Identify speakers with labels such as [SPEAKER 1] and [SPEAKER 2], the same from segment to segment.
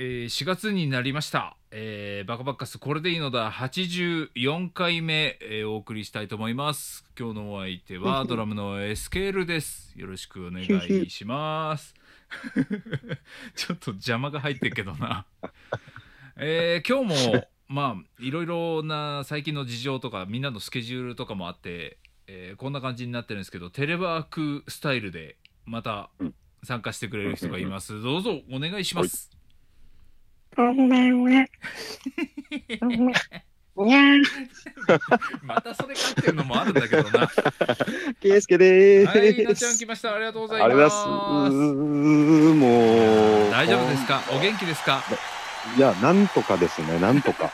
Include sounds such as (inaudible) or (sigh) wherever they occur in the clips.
[SPEAKER 1] えー4月になりました、えーバカバッカスこれでいいのだ84回目、えーお送りしたいと思います今日のお相手はドラムのエスケールですよろしくお願いします (laughs) ちょっと邪魔が入ってるけどな (laughs) えー今日もまあいろいろな最近の事情とかみんなのスケジュールとかもあって、えーこんな感じになってるんですけどテレワークスタイルでまた
[SPEAKER 2] うん
[SPEAKER 1] 参加してくれる人がいますどうぞお願いします
[SPEAKER 3] ごめんね。ごめん。いやー、
[SPEAKER 1] またそれ勝ってるのもあるんだけど
[SPEAKER 2] (laughs)
[SPEAKER 1] な。は
[SPEAKER 2] ケイスケでーす。
[SPEAKER 1] い、なちゃん来ました。ありがとうござい
[SPEAKER 2] あり
[SPEAKER 1] ま
[SPEAKER 2] が
[SPEAKER 1] す。
[SPEAKER 2] とうございます。うーもう。
[SPEAKER 1] 大丈夫ですかお元気ですか
[SPEAKER 2] いや、なんとかですね、なん
[SPEAKER 1] (laughs)
[SPEAKER 2] とか。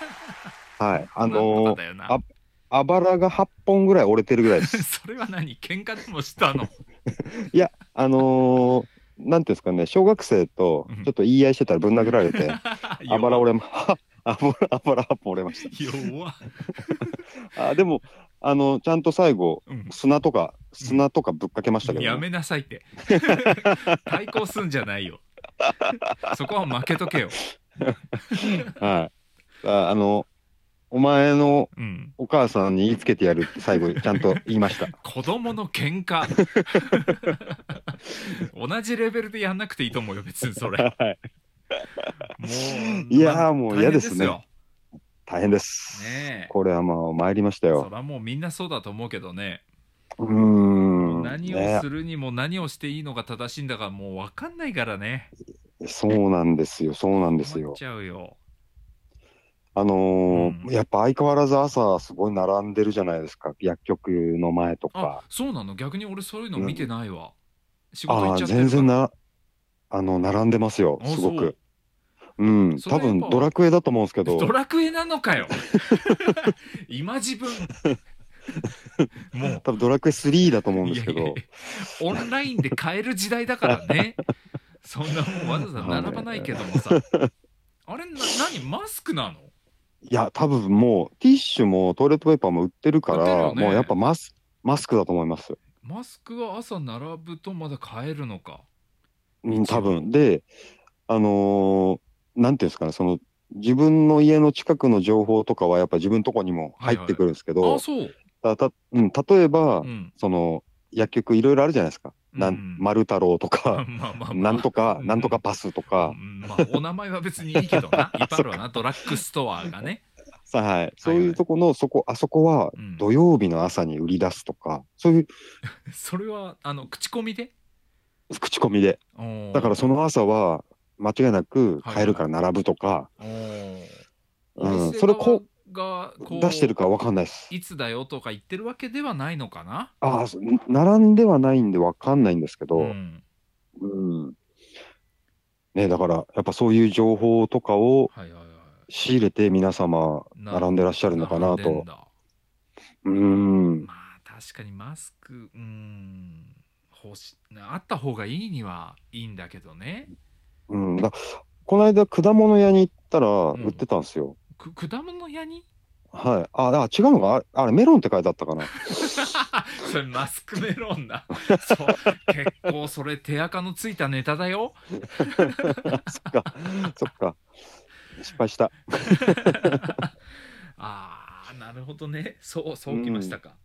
[SPEAKER 2] はい。あ
[SPEAKER 1] なんと
[SPEAKER 2] の
[SPEAKER 1] か
[SPEAKER 2] ー、
[SPEAKER 1] だよな
[SPEAKER 2] あばらが8本ぐらい折れてるぐらいです。
[SPEAKER 1] (laughs) そ (laughs) れは何喧嘩でもしたの
[SPEAKER 2] あのー、なんていうんですかね、小学生とちょっと言い合いしてたらぶん殴ら
[SPEAKER 1] (laughs)
[SPEAKER 2] れて、 (laughs) あばら折れま、 (laughs) あばら、あばら8本折れまし
[SPEAKER 1] 弱っ、
[SPEAKER 2] た。あ、でも、あの、ちゃんと最後、
[SPEAKER 1] うん
[SPEAKER 2] 砂とか、砂とかぶっかけましたけどね、
[SPEAKER 1] やめなさいって
[SPEAKER 2] (laughs)
[SPEAKER 1] 対抗すんじゃないよそこは負けとけよ、
[SPEAKER 2] はい。ああの、お前の
[SPEAKER 1] うん、
[SPEAKER 2] お母さんに言いつけてやるって最後ちゃんと言いま
[SPEAKER 1] (laughs)
[SPEAKER 2] した。
[SPEAKER 1] 子供の喧嘩 (laughs) 同じレベルでやんなくていいと思うよ別にそれ
[SPEAKER 2] はい
[SPEAKER 1] もう
[SPEAKER 2] いやーもう嫌ですね
[SPEAKER 1] 大変
[SPEAKER 2] 大変です。
[SPEAKER 1] ねえ
[SPEAKER 2] これはまあ参りました
[SPEAKER 1] よそ
[SPEAKER 2] よ。
[SPEAKER 1] りゃもうみんなそうだと思うけどね
[SPEAKER 2] うーん。
[SPEAKER 1] 何を
[SPEAKER 2] ね
[SPEAKER 1] するにも何をしていいのが正しいんだかもう分かんないからね。
[SPEAKER 2] そうなんですよ。そうなんです
[SPEAKER 1] 困 (laughs)
[SPEAKER 2] よ
[SPEAKER 1] っ。ちゃうよ。
[SPEAKER 2] あのー
[SPEAKER 1] うん
[SPEAKER 2] やっぱ相変わらず朝すごい並んでるじゃないですか。薬局の前と
[SPEAKER 1] あ
[SPEAKER 2] か。
[SPEAKER 1] そうなの逆に俺そういうの見てないわ。仕事
[SPEAKER 2] あ
[SPEAKER 1] 行っ
[SPEAKER 2] あ
[SPEAKER 1] ちゃ
[SPEAKER 2] ー、
[SPEAKER 1] ってるから
[SPEAKER 2] 全然な、あの、並んでますよ。
[SPEAKER 1] あ
[SPEAKER 2] すごく。う。
[SPEAKER 1] うんそれは
[SPEAKER 2] 多
[SPEAKER 1] やっぱ
[SPEAKER 2] 分ドラクエだと思うんですけど。
[SPEAKER 1] ドラクエなのか
[SPEAKER 2] (laughs)
[SPEAKER 1] よ今自分もう
[SPEAKER 2] (laughs) 多分ドラクエ3だと思うん
[SPEAKER 1] い
[SPEAKER 2] で
[SPEAKER 1] や
[SPEAKER 2] すけ
[SPEAKER 1] い
[SPEAKER 2] ど。
[SPEAKER 1] やいやオンラインで買える時代だからね。そんなもんわざわざ並ばないけど
[SPEAKER 2] (laughs)
[SPEAKER 1] もさ。あれな何マスクなの
[SPEAKER 2] いや、多分もう、ティッシュもトイレットペーパーも売ってるか
[SPEAKER 1] 売ってる
[SPEAKER 2] ら、
[SPEAKER 1] よね
[SPEAKER 2] もうやっぱマスマスクだと思います。
[SPEAKER 1] マスクは朝並ぶとまだ買えるのか。
[SPEAKER 2] うん、多分。で、あのーなんていうんですかね、その、自分の家の近くの情報とかはやっぱ自分のとこにも入ってくるんですけど、
[SPEAKER 1] あそう。
[SPEAKER 2] たたうん、例えば、
[SPEAKER 1] うん。
[SPEAKER 2] その、薬局いろいろあるじゃないですか。な
[SPEAKER 1] うんん、
[SPEAKER 2] 丸太郎と
[SPEAKER 1] (laughs) まあ
[SPEAKER 2] か、
[SPEAKER 1] まあまあ
[SPEAKER 2] なんとか、
[SPEAKER 1] うん
[SPEAKER 2] なんとかパスとか
[SPEAKER 1] う、んまあ、お名前は別にいいけ
[SPEAKER 2] (laughs)
[SPEAKER 1] どな。いっぱいあるわな、ドラッグストアがね。
[SPEAKER 2] さはい。そういうとこの、そこ、あそこは、
[SPEAKER 1] うん、
[SPEAKER 2] 土曜日の朝に売り出すとか、そういう
[SPEAKER 1] それは、あの、口コミで。
[SPEAKER 2] 口コミで。だからそ
[SPEAKER 1] の、
[SPEAKER 2] の朝は間違いなく買えるから並ぶとか、
[SPEAKER 1] おー
[SPEAKER 2] うん、それこう
[SPEAKER 1] がこう
[SPEAKER 2] 出してるかわかんないです。
[SPEAKER 1] いつだよとか言ってるわけではないのかな。
[SPEAKER 2] ああ、そ並んではないんでわかんないんですけど、うん
[SPEAKER 1] ん、
[SPEAKER 2] ね、だからやっぱそういう情報とかを
[SPEAKER 1] はいはいはい。
[SPEAKER 2] 仕入れて皆様
[SPEAKER 1] な
[SPEAKER 2] 並んでらっしゃるのかな
[SPEAKER 1] 並んで
[SPEAKER 2] と
[SPEAKER 1] ん。だ
[SPEAKER 2] うん
[SPEAKER 1] まあ、確かにマスク、うん。欲しあった方がいいにはいいんだけどね。
[SPEAKER 2] うん、だこの間果物屋に行ったら
[SPEAKER 1] ん
[SPEAKER 2] 売ってたんですよ。
[SPEAKER 1] く果物屋に (laughs)
[SPEAKER 2] はい。ああ、違うのかあれあれメロンって書いてあっ
[SPEAKER 1] (laughs)
[SPEAKER 2] たかな。
[SPEAKER 1] それマスクメロンだ。そう結構それ手垢のついたネタだよ。 (laughs)
[SPEAKER 2] そっか。そっか。失敗した。
[SPEAKER 1] ああなるほどねそうそうきましたか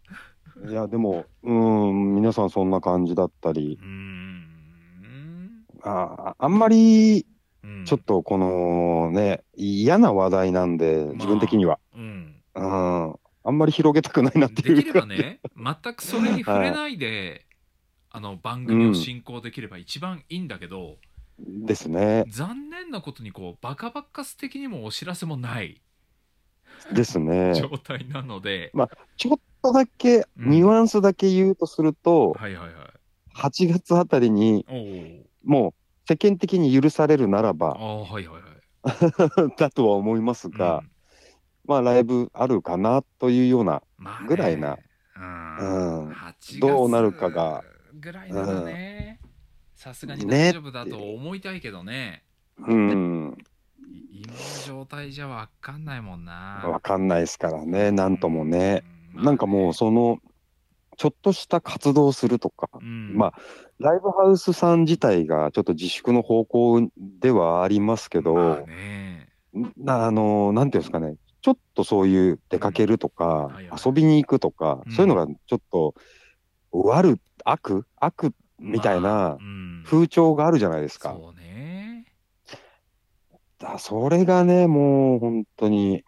[SPEAKER 2] いや、でも、うん、皆さんそんな感じだったり
[SPEAKER 1] う、ーん
[SPEAKER 2] ああんまり
[SPEAKER 1] うん
[SPEAKER 2] ちょっとこのね、嫌な話題なんで、自分的には、
[SPEAKER 1] うん
[SPEAKER 2] うん、あんまり広げたくないなって
[SPEAKER 1] で
[SPEAKER 2] い
[SPEAKER 1] きれ
[SPEAKER 2] うか
[SPEAKER 1] ばね全くそれに触れないで、あの番組を進行できれば一番いいんだけど、
[SPEAKER 2] (laughs) ですね。
[SPEAKER 1] 残念なことにこうバカバカス的にもお知らせもない
[SPEAKER 2] で
[SPEAKER 1] (laughs)
[SPEAKER 2] すね。
[SPEAKER 1] 状態なので、
[SPEAKER 2] ちょっとだけ、
[SPEAKER 1] うん
[SPEAKER 2] ニュアンスだけ言うとすると、
[SPEAKER 1] はいはいはい
[SPEAKER 2] 8月あたりに
[SPEAKER 1] おー
[SPEAKER 2] もう世間的に許されるなら
[SPEAKER 1] あ
[SPEAKER 2] ば
[SPEAKER 1] あはいはいはい、
[SPEAKER 2] (laughs) だとは思いますが、
[SPEAKER 1] うん
[SPEAKER 2] まあライブあるかなというような、
[SPEAKER 1] まあね
[SPEAKER 2] ぐらいな
[SPEAKER 1] うん
[SPEAKER 2] うん
[SPEAKER 1] 8月
[SPEAKER 2] どうなるかが
[SPEAKER 1] ぐらいならねさすがに
[SPEAKER 2] ね
[SPEAKER 1] 大丈夫だと思いたいけどね
[SPEAKER 2] うん、
[SPEAKER 1] い今の状態じゃわかんないもんな
[SPEAKER 2] わかんないですからね、なんともね。なんかもうそのちょっとした活動をするとか、
[SPEAKER 1] うん
[SPEAKER 2] まあ、ライブハウスさん自体がちょっと自粛の方向ではありますけど、
[SPEAKER 1] まあね
[SPEAKER 2] なあのなんていうんですかね、ちょっとそういう出かけるとか、
[SPEAKER 1] うんはいはい
[SPEAKER 2] 遊びに行くとか、
[SPEAKER 1] うん
[SPEAKER 2] そういうのがちょっと悪、悪、悪みたい
[SPEAKER 1] まあ
[SPEAKER 2] な
[SPEAKER 1] うん
[SPEAKER 2] 風潮があるじゃないですか。
[SPEAKER 1] そうね
[SPEAKER 2] だそれがね、もう本当に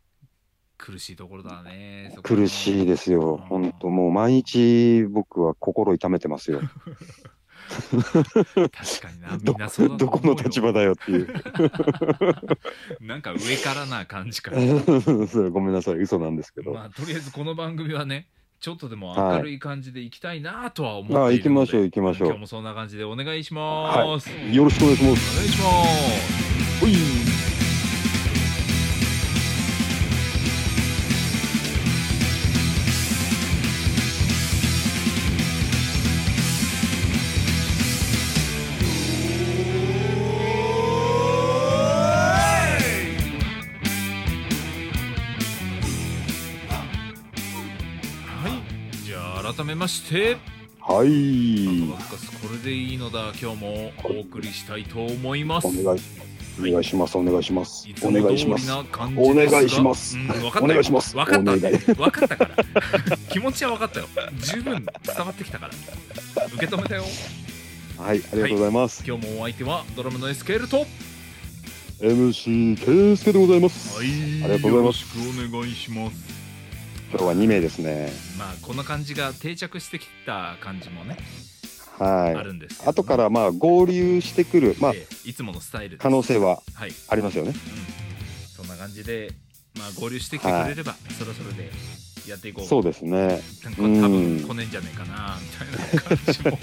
[SPEAKER 1] 苦しいところだね
[SPEAKER 2] 苦しい
[SPEAKER 1] す
[SPEAKER 2] ですよ。
[SPEAKER 1] あー
[SPEAKER 2] 本当もう毎日僕は心痛めてますよ。
[SPEAKER 1] 確かにな (laughs) み
[SPEAKER 2] ど
[SPEAKER 1] んなそうだと
[SPEAKER 2] ど
[SPEAKER 1] 思
[SPEAKER 2] (laughs) こ
[SPEAKER 1] うよ
[SPEAKER 2] の立場だよっ
[SPEAKER 1] (laughs)
[SPEAKER 2] ていう。 (laughs)
[SPEAKER 1] なんか上からな感
[SPEAKER 2] (laughs)
[SPEAKER 1] じか
[SPEAKER 2] それごめんなさい、嘘なんですけど。
[SPEAKER 1] まあとりあえずこの番組はねちょっとでも明るい感じで行きたいなとは思っているので、
[SPEAKER 2] あ行きましょう行きましょう
[SPEAKER 1] 今日もそんな感じでお願いします、
[SPEAKER 2] よろしくお願いします。
[SPEAKER 1] お願いします
[SPEAKER 2] ほい
[SPEAKER 1] はいじゃあ改めまして「な
[SPEAKER 2] は
[SPEAKER 1] ん
[SPEAKER 2] い
[SPEAKER 1] と。バッカスこれでいいのだ」今日もお送りしたいと思います
[SPEAKER 2] お願いします。お願いします。お願いします
[SPEAKER 1] い。つ
[SPEAKER 2] お
[SPEAKER 1] も
[SPEAKER 2] 願い
[SPEAKER 1] 通
[SPEAKER 2] し
[SPEAKER 1] り
[SPEAKER 2] ます。
[SPEAKER 1] な感じですが
[SPEAKER 2] お願いします
[SPEAKER 1] うん、分かったよ
[SPEAKER 2] お願いします
[SPEAKER 1] 分かった
[SPEAKER 2] お願い
[SPEAKER 1] 分かったから (laughs) 気持ちは分かったよ十分伝わってきたから受け止めたよ
[SPEAKER 2] はい、ありがとうございます。
[SPEAKER 1] 今日もお相手はドラムの SKL と
[SPEAKER 2] MC ケイスケでございます。
[SPEAKER 1] はい
[SPEAKER 2] ありがとうございます
[SPEAKER 1] よろしくお願いします
[SPEAKER 2] 今日は2名ですね。
[SPEAKER 1] まあこんな感じが定着してきた感じもね、あ
[SPEAKER 2] は
[SPEAKER 1] るんですけ、
[SPEAKER 2] い。後かららまあ合流してくるまあ
[SPEAKER 1] ええいつものスタイルです
[SPEAKER 2] 可能性は
[SPEAKER 1] はい
[SPEAKER 2] ありますよね。
[SPEAKER 1] そんな感じでまあ合流してきてくれれば、そろそろでやっていこう
[SPEAKER 2] そうですね。
[SPEAKER 1] なんか多分来ねえんじゃねえかなみたいな感
[SPEAKER 2] (laughs)
[SPEAKER 1] じも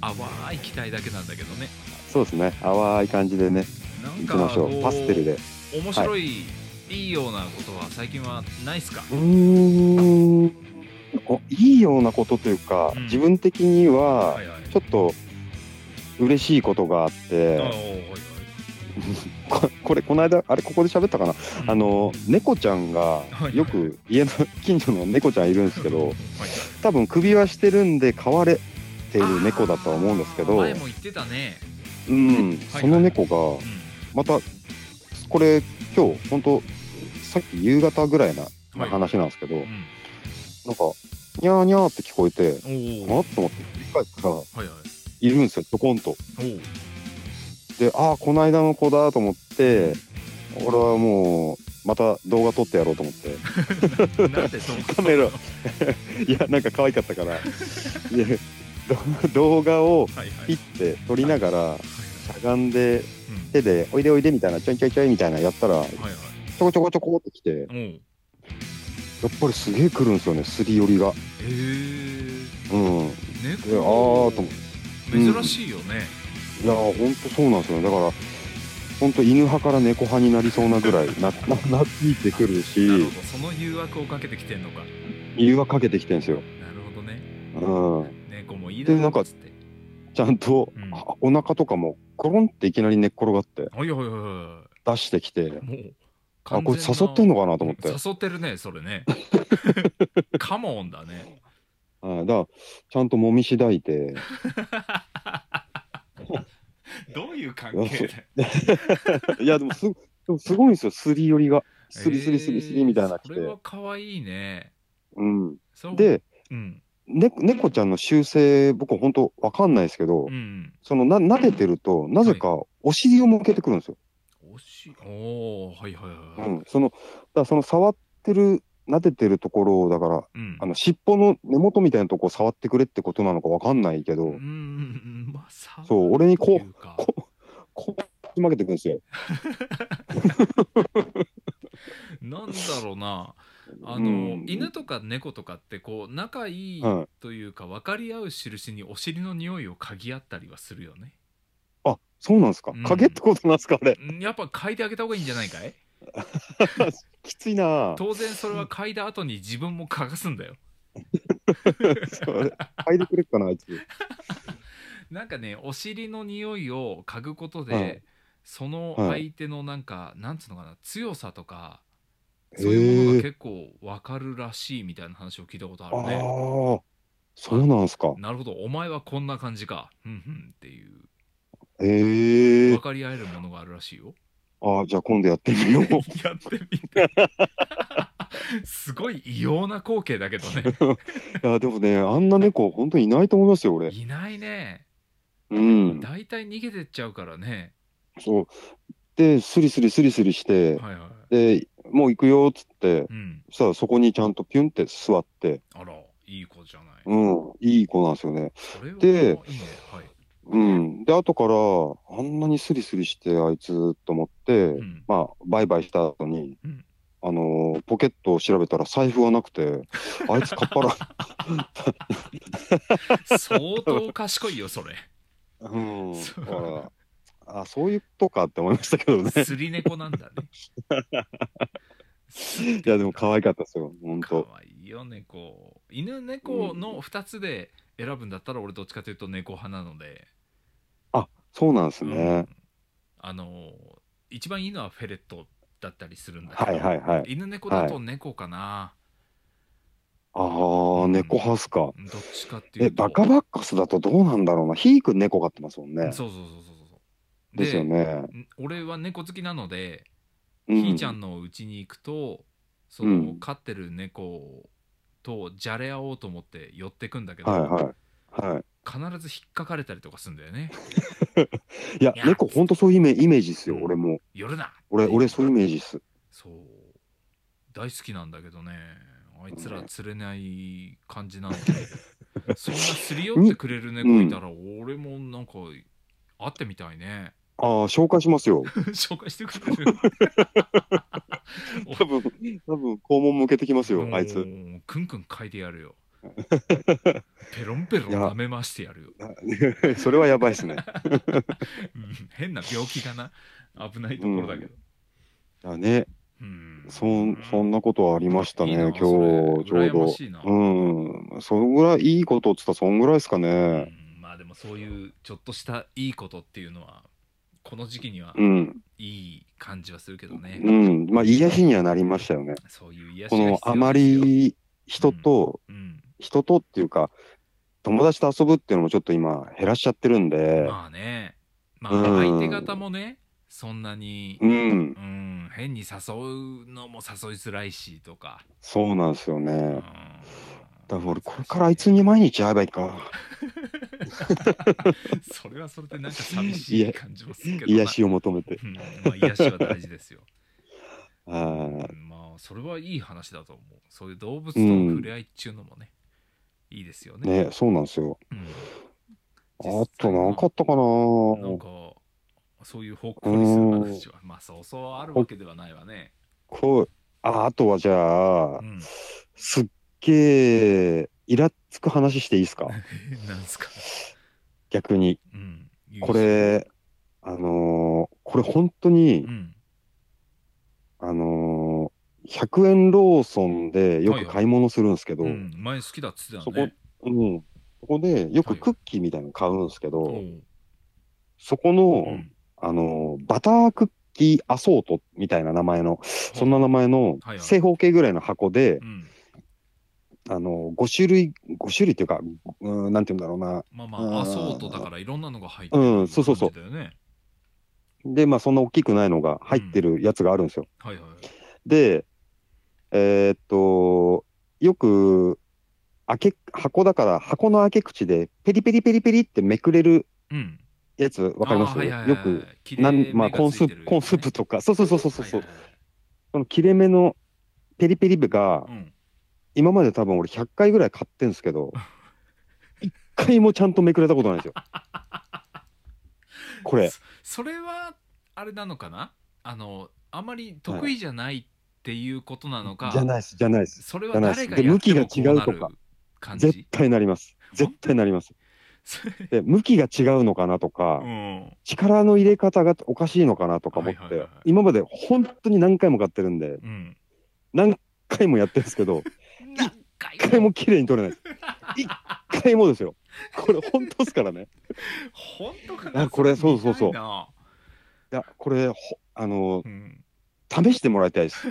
[SPEAKER 1] 淡い期待だけなんだけどね
[SPEAKER 2] そうですね。淡い感じでね、
[SPEAKER 1] なん
[SPEAKER 2] 行き
[SPEAKER 1] か
[SPEAKER 2] ましょ
[SPEAKER 1] こ
[SPEAKER 2] う。パステルで。
[SPEAKER 1] 面白い、い、いようなことは最近はないっすか
[SPEAKER 2] うーん。おいいようなことというか、
[SPEAKER 1] うん
[SPEAKER 2] 自分的には
[SPEAKER 1] はいはい
[SPEAKER 2] ちょっと嬉しいことがあっ
[SPEAKER 1] あ
[SPEAKER 2] て、
[SPEAKER 1] ーはいはい
[SPEAKER 2] こ (laughs) これこの間あれここで喋ったかな。あの猫ちゃんが
[SPEAKER 1] はい
[SPEAKER 2] よく家の (laughs) 近所の猫ちゃんいるんです
[SPEAKER 1] は
[SPEAKER 2] け
[SPEAKER 1] い
[SPEAKER 2] ど
[SPEAKER 1] はい
[SPEAKER 2] 多分首輪してるんで飼われている猫だとは思うんですけど
[SPEAKER 1] 前、も言ってたね、
[SPEAKER 2] うん、
[SPEAKER 1] はい
[SPEAKER 2] その猫が
[SPEAKER 1] う
[SPEAKER 2] またこれ今日本当さっき夕方ぐらいな
[SPEAKER 1] はい
[SPEAKER 2] 話なんですけど、
[SPEAKER 1] んうん
[SPEAKER 2] なんかニャーニャーって聞こえて。あっ
[SPEAKER 1] おお
[SPEAKER 2] と思って振り返ったら
[SPEAKER 1] はいはい
[SPEAKER 2] いるんですよちょこんと。
[SPEAKER 1] おー
[SPEAKER 2] でああこの間の子だと思って俺はもうまた動画撮ってやろうと思って
[SPEAKER 1] なん
[SPEAKER 2] (laughs)
[SPEAKER 1] でその
[SPEAKER 2] カ
[SPEAKER 1] (laughs)
[SPEAKER 2] メラいやなんか可愛かったからいや動画を
[SPEAKER 1] はいはい
[SPEAKER 2] ピッて撮りながらしゃがんで
[SPEAKER 1] うん
[SPEAKER 2] 手で「おいでおいで」みたいな「ちょいちょいちょい」みたいなやったら
[SPEAKER 1] はいはい
[SPEAKER 2] ちょこちょこちょこってきてやっ
[SPEAKER 1] おー
[SPEAKER 2] ぱりすげえ来るんですよねすり寄りが
[SPEAKER 1] へえ
[SPEAKER 2] うんい
[SPEAKER 1] 猫
[SPEAKER 2] いやあーと思うん
[SPEAKER 1] 珍しいよね、
[SPEAKER 2] やーほんとそうなんですよねだからほんと犬派から猫派になりそうなぐらいな (laughs) な懐いてくる
[SPEAKER 1] なる
[SPEAKER 2] し
[SPEAKER 1] ほどその誘惑をかけてきてんのかなる
[SPEAKER 2] 理由はかけてきてんですよ
[SPEAKER 1] ほどね
[SPEAKER 2] うん
[SPEAKER 1] 猫もいいだ
[SPEAKER 2] でなん
[SPEAKER 1] ろ
[SPEAKER 2] か
[SPEAKER 1] っつって
[SPEAKER 2] ちゃんと、
[SPEAKER 1] うん
[SPEAKER 2] あお腹とかもコロンっていきなり寝っ転がって
[SPEAKER 1] はいはいはいは
[SPEAKER 2] 出してきて
[SPEAKER 1] いもう
[SPEAKER 2] あこれ誘ってん
[SPEAKER 1] の
[SPEAKER 2] のかなと思って
[SPEAKER 1] 誘ってるねそれ
[SPEAKER 2] (laughs)
[SPEAKER 1] ねカモンだね
[SPEAKER 2] はい、だからちゃんと揉みしだ
[SPEAKER 1] (laughs)
[SPEAKER 2] いて
[SPEAKER 1] どういう関係だよ
[SPEAKER 2] いやでもすでもすごいんですよすり寄りがすりすりすりすりみたいなの
[SPEAKER 1] えー
[SPEAKER 2] 来て、
[SPEAKER 1] それは可愛いね
[SPEAKER 2] うん、
[SPEAKER 1] そう
[SPEAKER 2] で、
[SPEAKER 1] うん
[SPEAKER 2] ね、猫ちゃんの習性僕本当わかんないですけど、
[SPEAKER 1] うん
[SPEAKER 2] そのな撫でてるとなぜかお尻を向けてくるんですよ、
[SPEAKER 1] おしおーはいはいは
[SPEAKER 2] う
[SPEAKER 1] い
[SPEAKER 2] ん、そのだからその触ってる撫でてるところをだから
[SPEAKER 1] うん
[SPEAKER 2] あの尻尾の根元みたいなとこを触ってくれってことなのかわかんないけど、
[SPEAKER 1] うんうんうんまあ触る
[SPEAKER 2] そう俺にこう
[SPEAKER 1] といか
[SPEAKER 2] こうこう曲げてくるんですよ。
[SPEAKER 1] なんだろうなあ
[SPEAKER 2] う
[SPEAKER 1] の、
[SPEAKER 2] ん
[SPEAKER 1] 犬とか猫とかってこう仲いい
[SPEAKER 2] はい
[SPEAKER 1] というか分かり合う印にお尻の匂いを嗅ぎ合ったりはするよね
[SPEAKER 2] あそうなんですか
[SPEAKER 1] うん
[SPEAKER 2] 影ってことなんですかあれ
[SPEAKER 1] んやっぱ嗅いであげた方がいいんじゃないかい
[SPEAKER 2] きついなぁ
[SPEAKER 1] 当然それは嗅いだ後に自分も嗅がすんだよ
[SPEAKER 2] それ嗅いでくれっかなあいつ。
[SPEAKER 1] なんかねお尻の匂いを嗅ぐことで、
[SPEAKER 2] はい
[SPEAKER 1] その
[SPEAKER 2] はい
[SPEAKER 1] 相手のなんか、なんつうのかな強さとか (laughs)
[SPEAKER 2] へ
[SPEAKER 1] そういうものが
[SPEAKER 2] え
[SPEAKER 1] 結構分かるらしいみたいな話を聞いたことあ
[SPEAKER 2] ああ
[SPEAKER 1] るね
[SPEAKER 2] ーそうなんすか。
[SPEAKER 1] なるほどお前はこんな感じかふんふんっていう
[SPEAKER 2] ええ
[SPEAKER 1] 分かり合えるものがあるらしい
[SPEAKER 2] (laughs)
[SPEAKER 1] よ
[SPEAKER 2] ああ、じゃあ今度やってみよう。 (laughs)
[SPEAKER 1] やってみてすごい異様な光景だけど
[SPEAKER 2] (laughs)
[SPEAKER 1] ね
[SPEAKER 2] いや、でもね、あんな猫、本当にいないと思いますよ、俺。
[SPEAKER 1] いないね
[SPEAKER 2] うん。
[SPEAKER 1] 大体逃げてっちゃうからね
[SPEAKER 2] そう。で、スリスリスリスリして、
[SPEAKER 1] はいはい
[SPEAKER 2] で、もう行くよ、っつって、
[SPEAKER 1] うん
[SPEAKER 2] そしたらそこにちゃんとピュンって座って、
[SPEAKER 1] あらいい子じゃない、
[SPEAKER 2] うん、いい子なんですよね。
[SPEAKER 1] それは
[SPEAKER 2] で
[SPEAKER 1] いいねはい、
[SPEAKER 2] うん。で、後から、あんなにスリスリして、あいつ、と思って、
[SPEAKER 1] うん、
[SPEAKER 2] まあ、バイバイした後に、
[SPEAKER 1] うん
[SPEAKER 2] あのーポケットを調べたら財布はなくて、あいつかっぱら、
[SPEAKER 1] (laughs) 相当賢いよそれ
[SPEAKER 2] うん、だ
[SPEAKER 1] そう
[SPEAKER 2] から、あ、そういうことかって思いましたけどね。
[SPEAKER 1] すり猫なんだね
[SPEAKER 2] (laughs) いや、でも可愛かったですよ、本
[SPEAKER 1] かわ
[SPEAKER 2] 当。
[SPEAKER 1] いいよ猫犬猫の2つで選ぶんだったら俺どっちかというと猫派なので、
[SPEAKER 2] そうなんです
[SPEAKER 1] う
[SPEAKER 2] ね
[SPEAKER 1] ん。あのー一番いいのはフェレットだったりするんだけど、
[SPEAKER 2] はいはいはい。
[SPEAKER 1] 犬猫だと猫かな、
[SPEAKER 2] ああ、猫ハスか。
[SPEAKER 1] どっちかってい
[SPEAKER 2] え、
[SPEAKER 1] うと
[SPEAKER 2] バカバッカスだとどうなんだろうな。ひーくん猫飼ってますもんね。
[SPEAKER 1] そうそうそうそうそう
[SPEAKER 2] ですよね。
[SPEAKER 1] ん俺は猫好きなので、
[SPEAKER 2] う
[SPEAKER 1] ひーちゃ
[SPEAKER 2] ん。
[SPEAKER 1] んの家に行くとそうの
[SPEAKER 2] ん
[SPEAKER 1] 飼ってる猫とじゃれ合おうと思って寄ってくんだけど、
[SPEAKER 2] はいはい。はい。
[SPEAKER 1] 必ず引っかかれたりとかするんだよね (laughs)
[SPEAKER 2] いや
[SPEAKER 1] いや、
[SPEAKER 2] 猫ほんとそういうイメイメージっすよ
[SPEAKER 1] う、ん
[SPEAKER 2] 俺も。
[SPEAKER 1] 寄るな
[SPEAKER 2] 俺、俺そういうイメー
[SPEAKER 1] ジ
[SPEAKER 2] ジっす。
[SPEAKER 1] そう大好きなんだけどねあいつら釣れない感じなの
[SPEAKER 2] (laughs)
[SPEAKER 1] でそんなすり寄ってくれる猫いたら俺もなんか会ってみたいね (laughs)
[SPEAKER 2] ああ、紹介しますよ。
[SPEAKER 1] 紹介してくれる
[SPEAKER 2] 多分、多分、肛門向けてきますよ、あい
[SPEAKER 1] も
[SPEAKER 2] つ。 (laughs)
[SPEAKER 1] うくんくん嗅いでやるよペロンペロン舐めましてやるよ
[SPEAKER 2] それはやばいっすね。
[SPEAKER 1] うん変な病気かな危ないところだけど、
[SPEAKER 2] だね。
[SPEAKER 1] うん
[SPEAKER 2] そん、そんなことはありましたね、
[SPEAKER 1] いいな
[SPEAKER 2] 今日、ち
[SPEAKER 1] そ
[SPEAKER 2] ょ
[SPEAKER 1] れ
[SPEAKER 2] うど。
[SPEAKER 1] 羨ましいな
[SPEAKER 2] うん。そんぐらい、いいことっつったらそんぐらいですか
[SPEAKER 1] う
[SPEAKER 2] ね。
[SPEAKER 1] んまあでもそういうちょっとしたいいことっていうのはこの時期には
[SPEAKER 2] うん。
[SPEAKER 1] いい感じはするけどね、
[SPEAKER 2] うん、まあ癒しにはなりましたよね。
[SPEAKER 1] そういう癒しが必
[SPEAKER 2] こ
[SPEAKER 1] 要
[SPEAKER 2] の
[SPEAKER 1] ですよ
[SPEAKER 2] あま、り人と、
[SPEAKER 1] うん、
[SPEAKER 2] 人とっていうか、友達と遊ぶっていうのもちょっと今減らしちゃってるんで、
[SPEAKER 1] まあねまあ
[SPEAKER 2] う
[SPEAKER 1] 相
[SPEAKER 2] ん
[SPEAKER 1] 手方もねそんなに、
[SPEAKER 2] う
[SPEAKER 1] うん
[SPEAKER 2] ん、
[SPEAKER 1] 変に誘うのも誘いづらいしとか、
[SPEAKER 2] そうなんですよ
[SPEAKER 1] うん
[SPEAKER 2] ね。だから俺これからあいつに毎日会えばいいか、
[SPEAKER 1] それはそれでなんか寂しい感じもするけど
[SPEAKER 2] 癒しを求めて。
[SPEAKER 1] うんまあ癒しは大事です (laughs) よ、
[SPEAKER 2] あ
[SPEAKER 1] うんまあそれはいい話だと思うそういう動物との触れ合いっちゅうのもね、いいですよ
[SPEAKER 2] あ、
[SPEAKER 1] ね
[SPEAKER 2] ね、そうなんですよ。
[SPEAKER 1] うん
[SPEAKER 2] あとなんかあったかな
[SPEAKER 1] なんかそういうほっこりする話はまあそうそうあるわけではないわね。
[SPEAKER 2] こう、あ、あとはじゃあ
[SPEAKER 1] う、ん、
[SPEAKER 2] すっげえ、イラつく話していい
[SPEAKER 1] (laughs)
[SPEAKER 2] ですか
[SPEAKER 1] (laughs) なんすか。
[SPEAKER 2] 逆に。
[SPEAKER 1] うん、
[SPEAKER 2] これ、あのーこれ本当に、
[SPEAKER 1] うん、
[SPEAKER 2] あのー、100円ローソンでよ
[SPEAKER 1] はい
[SPEAKER 2] く
[SPEAKER 1] はい
[SPEAKER 2] 買い物するんですけど、
[SPEAKER 1] うん、前好きだっつってた
[SPEAKER 2] そ
[SPEAKER 1] ね
[SPEAKER 2] こ。、うん、そこでよくクッキーみたいなの買うんですけど、
[SPEAKER 1] おう
[SPEAKER 2] そこの、
[SPEAKER 1] うん
[SPEAKER 2] あのーバタークッキーアソートみたいな名前の、そんな名前
[SPEAKER 1] は
[SPEAKER 2] の
[SPEAKER 1] いはい
[SPEAKER 2] 正方形ぐらいの箱で
[SPEAKER 1] う、ん、
[SPEAKER 2] あのー、5種類、5種類っていうか、うん、なんて言うんだろ
[SPEAKER 1] まあま
[SPEAKER 2] あー
[SPEAKER 1] あアソートだからいろんなのが入ってる
[SPEAKER 2] うんそうそうそう
[SPEAKER 1] 感じだよね。
[SPEAKER 2] うな。で、まあそんな大きくないのが入ってるやつがあるんですよ。
[SPEAKER 1] はいはい。
[SPEAKER 2] で、えーっと、よく、開け、箱だから、箱の開け口で、ペリペリペリペリってめくれる
[SPEAKER 1] うん。
[SPEAKER 2] やつ、わかります
[SPEAKER 1] あーはいはいはい
[SPEAKER 2] よく、
[SPEAKER 1] 切れ
[SPEAKER 2] なん、まあ、
[SPEAKER 1] 目が
[SPEAKER 2] コーン
[SPEAKER 1] つ
[SPEAKER 2] ス
[SPEAKER 1] い
[SPEAKER 2] ー
[SPEAKER 1] てる
[SPEAKER 2] プ、コーンスープとか、そうそうそうそうそう、
[SPEAKER 1] はいはい
[SPEAKER 2] その切れ目のペリペリ部が、
[SPEAKER 1] はいうん。
[SPEAKER 2] 今まで多分俺100回ぐらい買ってんです
[SPEAKER 1] (laughs)
[SPEAKER 2] けど、一回もちゃんとめくれたことないんですよ。これ、
[SPEAKER 1] そそれはあれなのかなあのあまり得意じゃないっていうことなのか、
[SPEAKER 2] じゃないです、じゃないです。
[SPEAKER 1] それ
[SPEAKER 2] じ
[SPEAKER 1] は
[SPEAKER 2] ゃないで
[SPEAKER 1] 誰
[SPEAKER 2] す
[SPEAKER 1] がやってもこうな
[SPEAKER 2] で向きが違う
[SPEAKER 1] る
[SPEAKER 2] とか
[SPEAKER 1] 感じ
[SPEAKER 2] 絶対なります。絶対なります。
[SPEAKER 1] それ
[SPEAKER 2] で、向きが違うのかなと
[SPEAKER 1] (laughs)
[SPEAKER 2] か、
[SPEAKER 1] うん
[SPEAKER 2] 力の入れ方がおかしいのかなとか思って、
[SPEAKER 1] はいはいはい
[SPEAKER 2] 今まで本当に何回も買ってるんで、
[SPEAKER 1] うん
[SPEAKER 2] 何回もやってるんです
[SPEAKER 1] (laughs)
[SPEAKER 2] けど、
[SPEAKER 1] 何回
[SPEAKER 2] 一回も綺麗に取れないです。一回もですよ。これ本当ですか
[SPEAKER 1] (laughs)
[SPEAKER 2] らね。
[SPEAKER 1] 本当か
[SPEAKER 2] あこれそうそうそう
[SPEAKER 1] 見たいない
[SPEAKER 2] や、これ、ほあの
[SPEAKER 1] うん
[SPEAKER 2] 試してもらいたいです。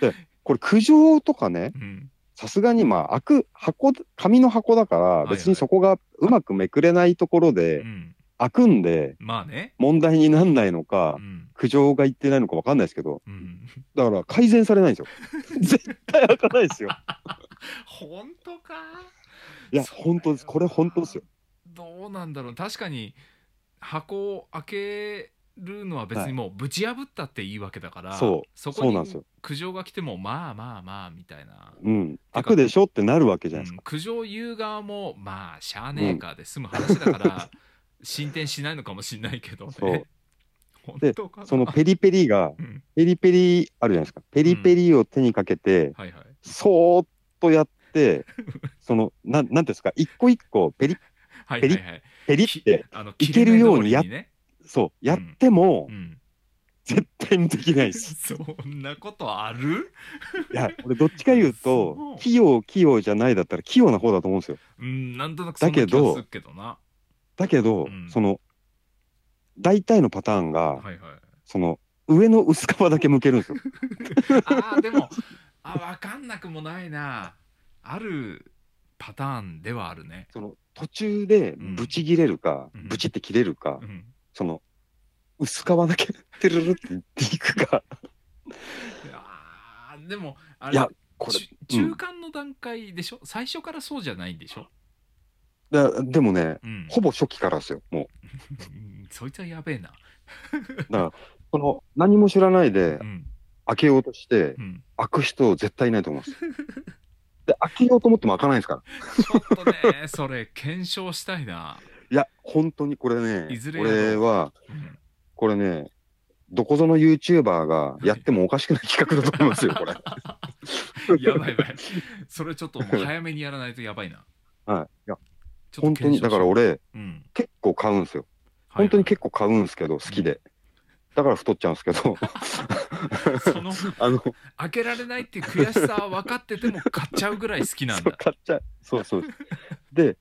[SPEAKER 2] で、これ苦情とかね、
[SPEAKER 1] うん
[SPEAKER 2] さすがにまあ、開く箱、紙の箱だから、別にそこがうまくめくれないところ
[SPEAKER 1] う
[SPEAKER 2] で、
[SPEAKER 1] ん、
[SPEAKER 2] 開くんで、
[SPEAKER 1] まあね、
[SPEAKER 2] 問題になんないの
[SPEAKER 1] う
[SPEAKER 2] か、
[SPEAKER 1] ん
[SPEAKER 2] 苦情が言ってないのかわかんないですけど、
[SPEAKER 1] うん、
[SPEAKER 2] だから改善されないんですよ。
[SPEAKER 1] (laughs)
[SPEAKER 2] 絶対開かないですよ。
[SPEAKER 1] 本当か
[SPEAKER 2] いや、
[SPEAKER 1] そうだよ
[SPEAKER 2] 本当です。これ本当ですよ。
[SPEAKER 1] どうなんだろう確かに箱を開けるのは別
[SPEAKER 2] は
[SPEAKER 1] にもうぶち破ったっていいわけだから、
[SPEAKER 2] そう
[SPEAKER 1] そこ
[SPEAKER 2] そうなんです
[SPEAKER 1] に
[SPEAKER 2] よ。
[SPEAKER 1] 苦情が来てもまあまあまあみたいな、
[SPEAKER 2] うん。開くでしょってなるわけじゃ
[SPEAKER 1] う
[SPEAKER 2] ないです
[SPEAKER 1] ん
[SPEAKER 2] か。
[SPEAKER 1] 苦情言う側もまあしゃあねえかで済む話だから、進展しないのかもしれないけど
[SPEAKER 2] そう
[SPEAKER 1] ね本
[SPEAKER 2] で
[SPEAKER 1] 当かな
[SPEAKER 2] そのペリペリが
[SPEAKER 1] うん、
[SPEAKER 2] ペリペリあるじゃないですか。ペリペリを手にかけて、
[SPEAKER 1] はいはい
[SPEAKER 2] そーっとやって、その、なん、なんていうんですか、一個一個ペリ
[SPEAKER 1] はい
[SPEAKER 2] ペ
[SPEAKER 1] はい
[SPEAKER 2] リ
[SPEAKER 1] はい
[SPEAKER 2] ペリっ
[SPEAKER 1] き
[SPEAKER 2] て、
[SPEAKER 1] あの
[SPEAKER 2] いけるようにやっ
[SPEAKER 1] 切れ目通
[SPEAKER 2] そう、やっても
[SPEAKER 1] りにね、うん、
[SPEAKER 2] 絶対にできないです。
[SPEAKER 1] (laughs) そんなことある
[SPEAKER 2] いや、俺どっちか言う
[SPEAKER 1] そう
[SPEAKER 2] と、器用、器用じゃないだったら器用な方だと思うんですよ。
[SPEAKER 1] うんなんとなくそんな気
[SPEAKER 2] だけど
[SPEAKER 1] がするけどな
[SPEAKER 2] だけど、
[SPEAKER 1] うん
[SPEAKER 2] その、大体のパターンが、
[SPEAKER 1] はいはい
[SPEAKER 2] その、上の薄皮だけ向けるん
[SPEAKER 1] (laughs)
[SPEAKER 2] ですよ。
[SPEAKER 1] あーでもあ分かんなくもないなあるパターンではあるね、
[SPEAKER 2] その、途中で
[SPEAKER 1] うん
[SPEAKER 2] ブチ切れるか、
[SPEAKER 1] うん
[SPEAKER 2] ブチって切れるか、
[SPEAKER 1] うん、
[SPEAKER 2] その、薄皮だけ、てるるっていっていく
[SPEAKER 1] (laughs)
[SPEAKER 2] か、
[SPEAKER 1] あーでもあ
[SPEAKER 2] い
[SPEAKER 1] れ
[SPEAKER 2] やこれ
[SPEAKER 1] ち、中間の段階でしょ、最初からそうじゃないんでしょ、
[SPEAKER 2] だでもね、
[SPEAKER 1] うん、
[SPEAKER 2] ほぼ初期からですよ、もう。
[SPEAKER 1] うんそいつはやべえな、
[SPEAKER 2] その、何も知らないで
[SPEAKER 1] う、ん
[SPEAKER 2] 開けようとして
[SPEAKER 1] う、ん、
[SPEAKER 2] 開く人絶対いない
[SPEAKER 1] (laughs)
[SPEAKER 2] と思うんですよ。で、開けようと思っても開かないんですから。
[SPEAKER 1] ちょっとね (laughs) それ検証したいな、
[SPEAKER 2] いや、本当にこれね
[SPEAKER 1] いず、れやろう
[SPEAKER 2] 俺は、
[SPEAKER 1] うん
[SPEAKER 2] これね、どこぞの YouTuber がやってもおかしくない企画だと思
[SPEAKER 1] (laughs)
[SPEAKER 2] いますよ、これ。
[SPEAKER 1] やばいやばいそれちょっともう早めにやらないとやばいな
[SPEAKER 2] はい。いや、
[SPEAKER 1] ちょっ
[SPEAKER 2] 本
[SPEAKER 1] と検
[SPEAKER 2] 当に、
[SPEAKER 1] 証
[SPEAKER 2] だから
[SPEAKER 1] しよ
[SPEAKER 2] 俺、
[SPEAKER 1] う、うん
[SPEAKER 2] 結構買うんですよ。
[SPEAKER 1] はいはい
[SPEAKER 2] 本当に結構買うんですけど、好きで。だから太っちゃうんです
[SPEAKER 1] (laughs)
[SPEAKER 2] けど、
[SPEAKER 1] その
[SPEAKER 2] あの、
[SPEAKER 1] 開けられないっていう悔しさは分かってても買っちゃうぐらい好きなん
[SPEAKER 2] そう
[SPEAKER 1] だ
[SPEAKER 2] 買っちゃう。そうそう。で、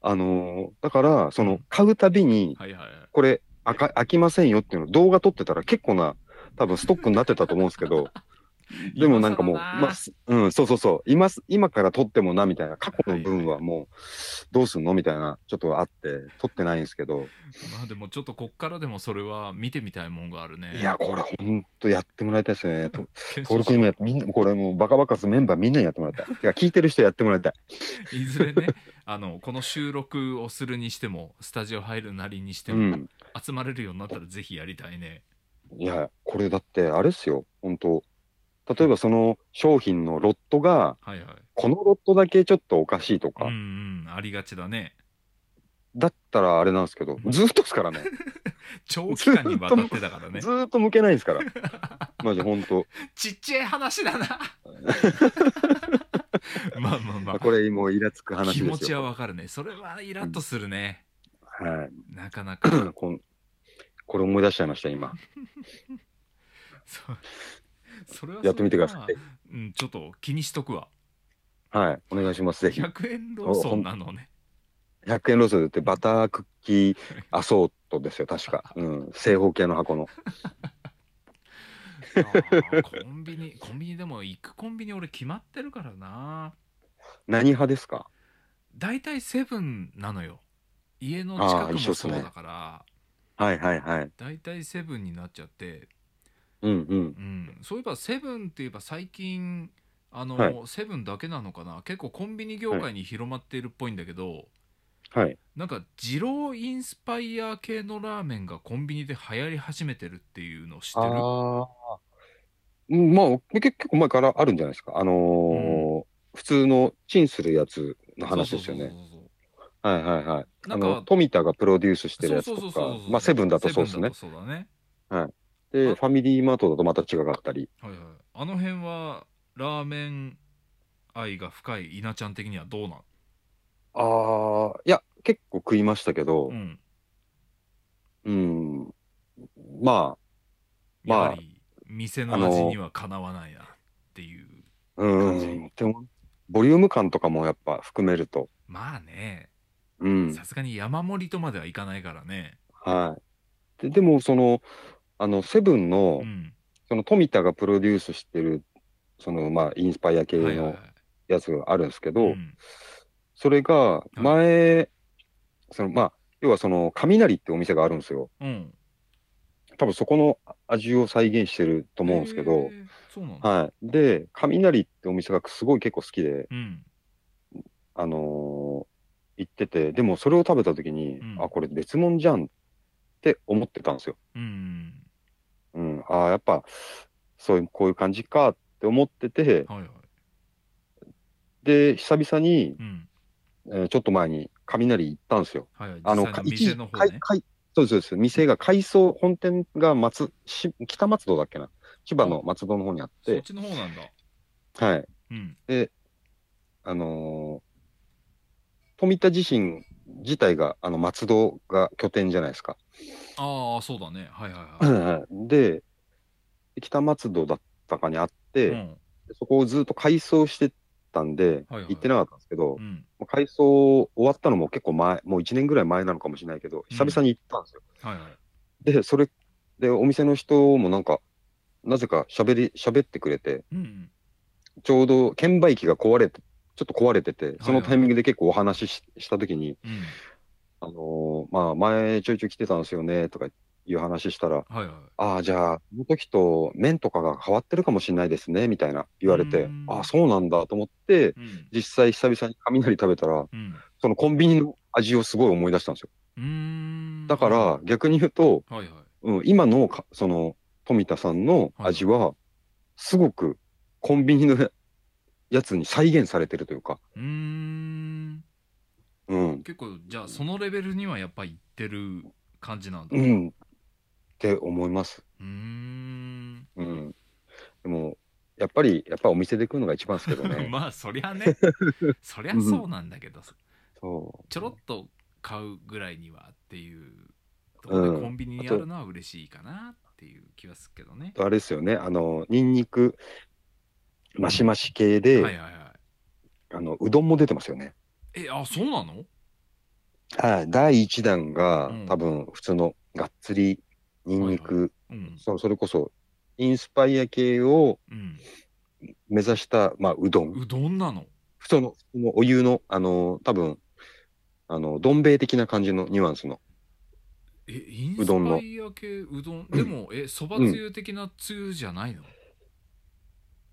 [SPEAKER 2] あのーだから、そうの
[SPEAKER 1] ん、
[SPEAKER 2] 買うたびに、
[SPEAKER 1] はいはいはい
[SPEAKER 2] これ、あか飽きませんよっていうの、動画撮ってたら結構な、多分ストックになってたと思うんです
[SPEAKER 1] (laughs)
[SPEAKER 2] けど、でもなんかもう、
[SPEAKER 1] 今更な
[SPEAKER 2] まあ、すうん、そうそうそう、今す、今から撮ってもな、みたいな、過去の分はもう、どうすんのみたいな、ちょっとあって、撮ってないんですけど、
[SPEAKER 1] まあでもちょっとこっからでもそれは見てみたいもんがあるね (laughs)
[SPEAKER 2] いや、これほんとやってもらいたいですね。と
[SPEAKER 1] 検
[SPEAKER 2] 登
[SPEAKER 1] 証
[SPEAKER 2] 録
[SPEAKER 1] し
[SPEAKER 2] にもやって、みんな、これもうバカバカすメンバーみんなにやってもらいたい。いや、聞いてる人やってもらいたい。
[SPEAKER 1] いずれね (laughs) あのこの収録をするにしてもスタジオ入るなりにして
[SPEAKER 2] う
[SPEAKER 1] も、
[SPEAKER 2] ん。
[SPEAKER 1] 集まれるようになったらぜひやりたいね
[SPEAKER 2] いや、これだって、あれっすよ、ほんと。例えばその商品のロットが、
[SPEAKER 1] はいはい
[SPEAKER 2] このロットだけちょっとおかしいとか、
[SPEAKER 1] うんうんありがちだ
[SPEAKER 2] (laughs)
[SPEAKER 1] ね
[SPEAKER 2] だったらあれなんですけど、ずーっとですからね。
[SPEAKER 1] 長期間にわたってだからね
[SPEAKER 2] ずーっと向けないですから。
[SPEAKER 1] (laughs)
[SPEAKER 2] マジ本当。
[SPEAKER 1] ちっちゃい話
[SPEAKER 2] (laughs)
[SPEAKER 1] だなまあまあまあ
[SPEAKER 2] これもうイラつく話です
[SPEAKER 1] 気
[SPEAKER 2] よ。
[SPEAKER 1] 持ちはわかるねそれはイラッとするね、
[SPEAKER 2] はい。
[SPEAKER 1] なかなか (laughs)
[SPEAKER 2] こんこれ思い出しちゃいました今。 (laughs)
[SPEAKER 1] そそれはそれは
[SPEAKER 2] やってみてください。
[SPEAKER 1] うん、ちょっと気にしとくわ
[SPEAKER 2] はい。お願いします。ぜひ。
[SPEAKER 1] 100円ローソンなのね
[SPEAKER 2] 100円ローソンで売ってバタークッキーアソートですよ、確
[SPEAKER 1] (laughs)
[SPEAKER 2] か。うん。正方形の箱の。
[SPEAKER 1] あー (laughs) コンビニコンビニでも行くコンビニ俺決まってるからな
[SPEAKER 2] 何派ですか
[SPEAKER 1] 大体セブンなのよ家の
[SPEAKER 2] あ
[SPEAKER 1] 近
[SPEAKER 2] ー
[SPEAKER 1] く
[SPEAKER 2] 一緒
[SPEAKER 1] も
[SPEAKER 2] っす
[SPEAKER 1] そう
[SPEAKER 2] ね
[SPEAKER 1] だから
[SPEAKER 2] はいはいはい。
[SPEAKER 1] 大体セブンになっちゃって、
[SPEAKER 2] うんうん。
[SPEAKER 1] うん、そういえばセブンっていえば最近あの、
[SPEAKER 2] はい
[SPEAKER 1] セブンだけなのかな結構コンビニ業界に広まっているっぽいんだけど、
[SPEAKER 2] はい。
[SPEAKER 1] なんか二郎インスパイア系のラーメンがコンビニで流行り始めてるっていうのを知って
[SPEAKER 2] あ
[SPEAKER 1] る
[SPEAKER 2] あ。うんまあ、け結構前からあるんじゃないですか。あのー普通のチンするやつの話ですよ
[SPEAKER 1] そ
[SPEAKER 2] ね。
[SPEAKER 1] うそうそうそう
[SPEAKER 2] はいはいはい。
[SPEAKER 1] な
[SPEAKER 2] あ
[SPEAKER 1] んか
[SPEAKER 2] の、富田がプロデュースしてるやつ
[SPEAKER 1] そうそ
[SPEAKER 2] と
[SPEAKER 1] うそう
[SPEAKER 2] か
[SPEAKER 1] そう、
[SPEAKER 2] まあ、セブンだとそうですね。
[SPEAKER 1] セブンだとそうだね。
[SPEAKER 2] で、
[SPEAKER 1] あ
[SPEAKER 2] ファミリーマートだとまた違かったり。
[SPEAKER 1] はいはい。あの辺はラーメン愛が深い稲ちゃん的にはどうなん？
[SPEAKER 2] ああ、いや、結構食いましたけど
[SPEAKER 1] う、ん。
[SPEAKER 2] うん、
[SPEAKER 1] や
[SPEAKER 2] ままあ
[SPEAKER 1] はり店の味にはかなわないなっていう。
[SPEAKER 2] あ、う
[SPEAKER 1] 感
[SPEAKER 2] ん
[SPEAKER 1] じ、
[SPEAKER 2] でも、ボリューム感とかもやっぱ含めると、
[SPEAKER 1] まあね、
[SPEAKER 2] うん、
[SPEAKER 1] さすがに山盛りとまではいかないからね。
[SPEAKER 2] はい。で、でも、その、あの、セブンの
[SPEAKER 1] う、ん。
[SPEAKER 2] その富田がプロデュースしてる、その、まあ、インスパイア系
[SPEAKER 1] はいはいは
[SPEAKER 2] の
[SPEAKER 1] い。
[SPEAKER 2] やつがあるんですけ
[SPEAKER 1] う
[SPEAKER 2] ど、
[SPEAKER 1] ん
[SPEAKER 2] それが
[SPEAKER 1] い
[SPEAKER 2] 前、そのまあ要はその雷ってお店があるんですよ
[SPEAKER 1] うん
[SPEAKER 2] 多分そこの味を再現してると思うんですけ
[SPEAKER 1] へ
[SPEAKER 2] ど、
[SPEAKER 1] ーそうなんだ、
[SPEAKER 2] はい、で雷ってお店がすごい結構好きで、
[SPEAKER 1] うん
[SPEAKER 2] あのー行っててでもそれを食べた時に、
[SPEAKER 1] うん
[SPEAKER 2] あこれ別物じゃんって思ってたんですよ。
[SPEAKER 1] うん
[SPEAKER 2] うん、ああやっぱそういうこういう感じかって思ってて
[SPEAKER 1] はいはい
[SPEAKER 2] で久々に、
[SPEAKER 1] うん
[SPEAKER 2] えーちょっと前に雷行ったんですよ。
[SPEAKER 1] はいはい
[SPEAKER 2] あ
[SPEAKER 1] 実
[SPEAKER 2] の、
[SPEAKER 1] 際
[SPEAKER 2] か
[SPEAKER 1] の
[SPEAKER 2] 一
[SPEAKER 1] 店
[SPEAKER 2] 時
[SPEAKER 1] の方
[SPEAKER 2] か
[SPEAKER 1] ね
[SPEAKER 2] いかいそうですそうです。店が改装、本店が松、し北松戸だっけな。千葉の松戸の方にあっ、
[SPEAKER 1] そってちの方なんだ
[SPEAKER 2] はい。
[SPEAKER 1] うん
[SPEAKER 2] あのー富田地震自体が、あの、松戸が拠点じゃないですか。
[SPEAKER 1] ああそうだねはいはいは
[SPEAKER 2] で、北松戸だったかにあっ
[SPEAKER 1] い
[SPEAKER 2] て、
[SPEAKER 1] うん
[SPEAKER 2] そこをずっと改装してたんで、
[SPEAKER 1] はいはい
[SPEAKER 2] 行ってなかったんですけど、
[SPEAKER 1] うん
[SPEAKER 2] もう改装終わったのも結構前、もう1年ぐらい前なのかもしれないけど、久々に行ったんですよ。
[SPEAKER 1] はいはい
[SPEAKER 2] で、それで、お店の人もなんか、なぜか喋り、喋ってくれて、
[SPEAKER 1] うん
[SPEAKER 2] ちょうど券売機が壊れて、ちょっと壊れてて、そのタイミングで結構お話しししたときに、
[SPEAKER 1] うん
[SPEAKER 2] あのーまあ、前ちょいちょい来てたんですよね、とかいう話したら、
[SPEAKER 1] はいはい
[SPEAKER 2] ああ、じゃあ、その時と麺とかが変わってるかもしれないですね、みたいな言われ
[SPEAKER 1] う
[SPEAKER 2] て
[SPEAKER 1] ん、
[SPEAKER 2] ああ、そうなんだと思って、
[SPEAKER 1] うん
[SPEAKER 2] 実際久々に雷食べたら、
[SPEAKER 1] うん
[SPEAKER 2] そのコンビニの味をすごい思い出したんですよ。
[SPEAKER 1] うーん
[SPEAKER 2] だから、逆に言うと、
[SPEAKER 1] はいはい
[SPEAKER 2] うん、今のかその富田さんの味はすごくコンビニのやつに再現されてるというか、
[SPEAKER 1] うーん
[SPEAKER 2] うん
[SPEAKER 1] 結構じゃあそのレベルにはやっぱいってる感じなんだ
[SPEAKER 2] うん、って思います。
[SPEAKER 1] うーん
[SPEAKER 2] うん、でもやっぱりやっぱお店で食うのが一番ですけ
[SPEAKER 1] (laughs)
[SPEAKER 2] どね。
[SPEAKER 1] まあそりゃねそりゃそうなんだけど
[SPEAKER 2] そう
[SPEAKER 1] ちょろっと買うぐらいにはっていうところ
[SPEAKER 2] う
[SPEAKER 1] で
[SPEAKER 2] ん
[SPEAKER 1] コンビニにあるのは嬉しいかなっていう気はするけどね、
[SPEAKER 2] あれですよねあのニンニクマシマシ系で、
[SPEAKER 1] はいはいは
[SPEAKER 2] あのうどんも出てますよね。
[SPEAKER 1] いえあそうなの
[SPEAKER 2] はい、第1弾が、
[SPEAKER 1] うん
[SPEAKER 2] 多分普通のがっつりニンニク、
[SPEAKER 1] うん
[SPEAKER 2] そうそれこそインスパイア系を
[SPEAKER 1] うん
[SPEAKER 2] 目指した、まあ、うどん。
[SPEAKER 1] うどんなの
[SPEAKER 2] 普通の、そのお湯の、あのー多分、あの、どん兵衛的な感じのニュアンスの。
[SPEAKER 1] えインス
[SPEAKER 2] うどんの
[SPEAKER 1] パイア系うどんでもえそばつゆ的なつゆじゃないの、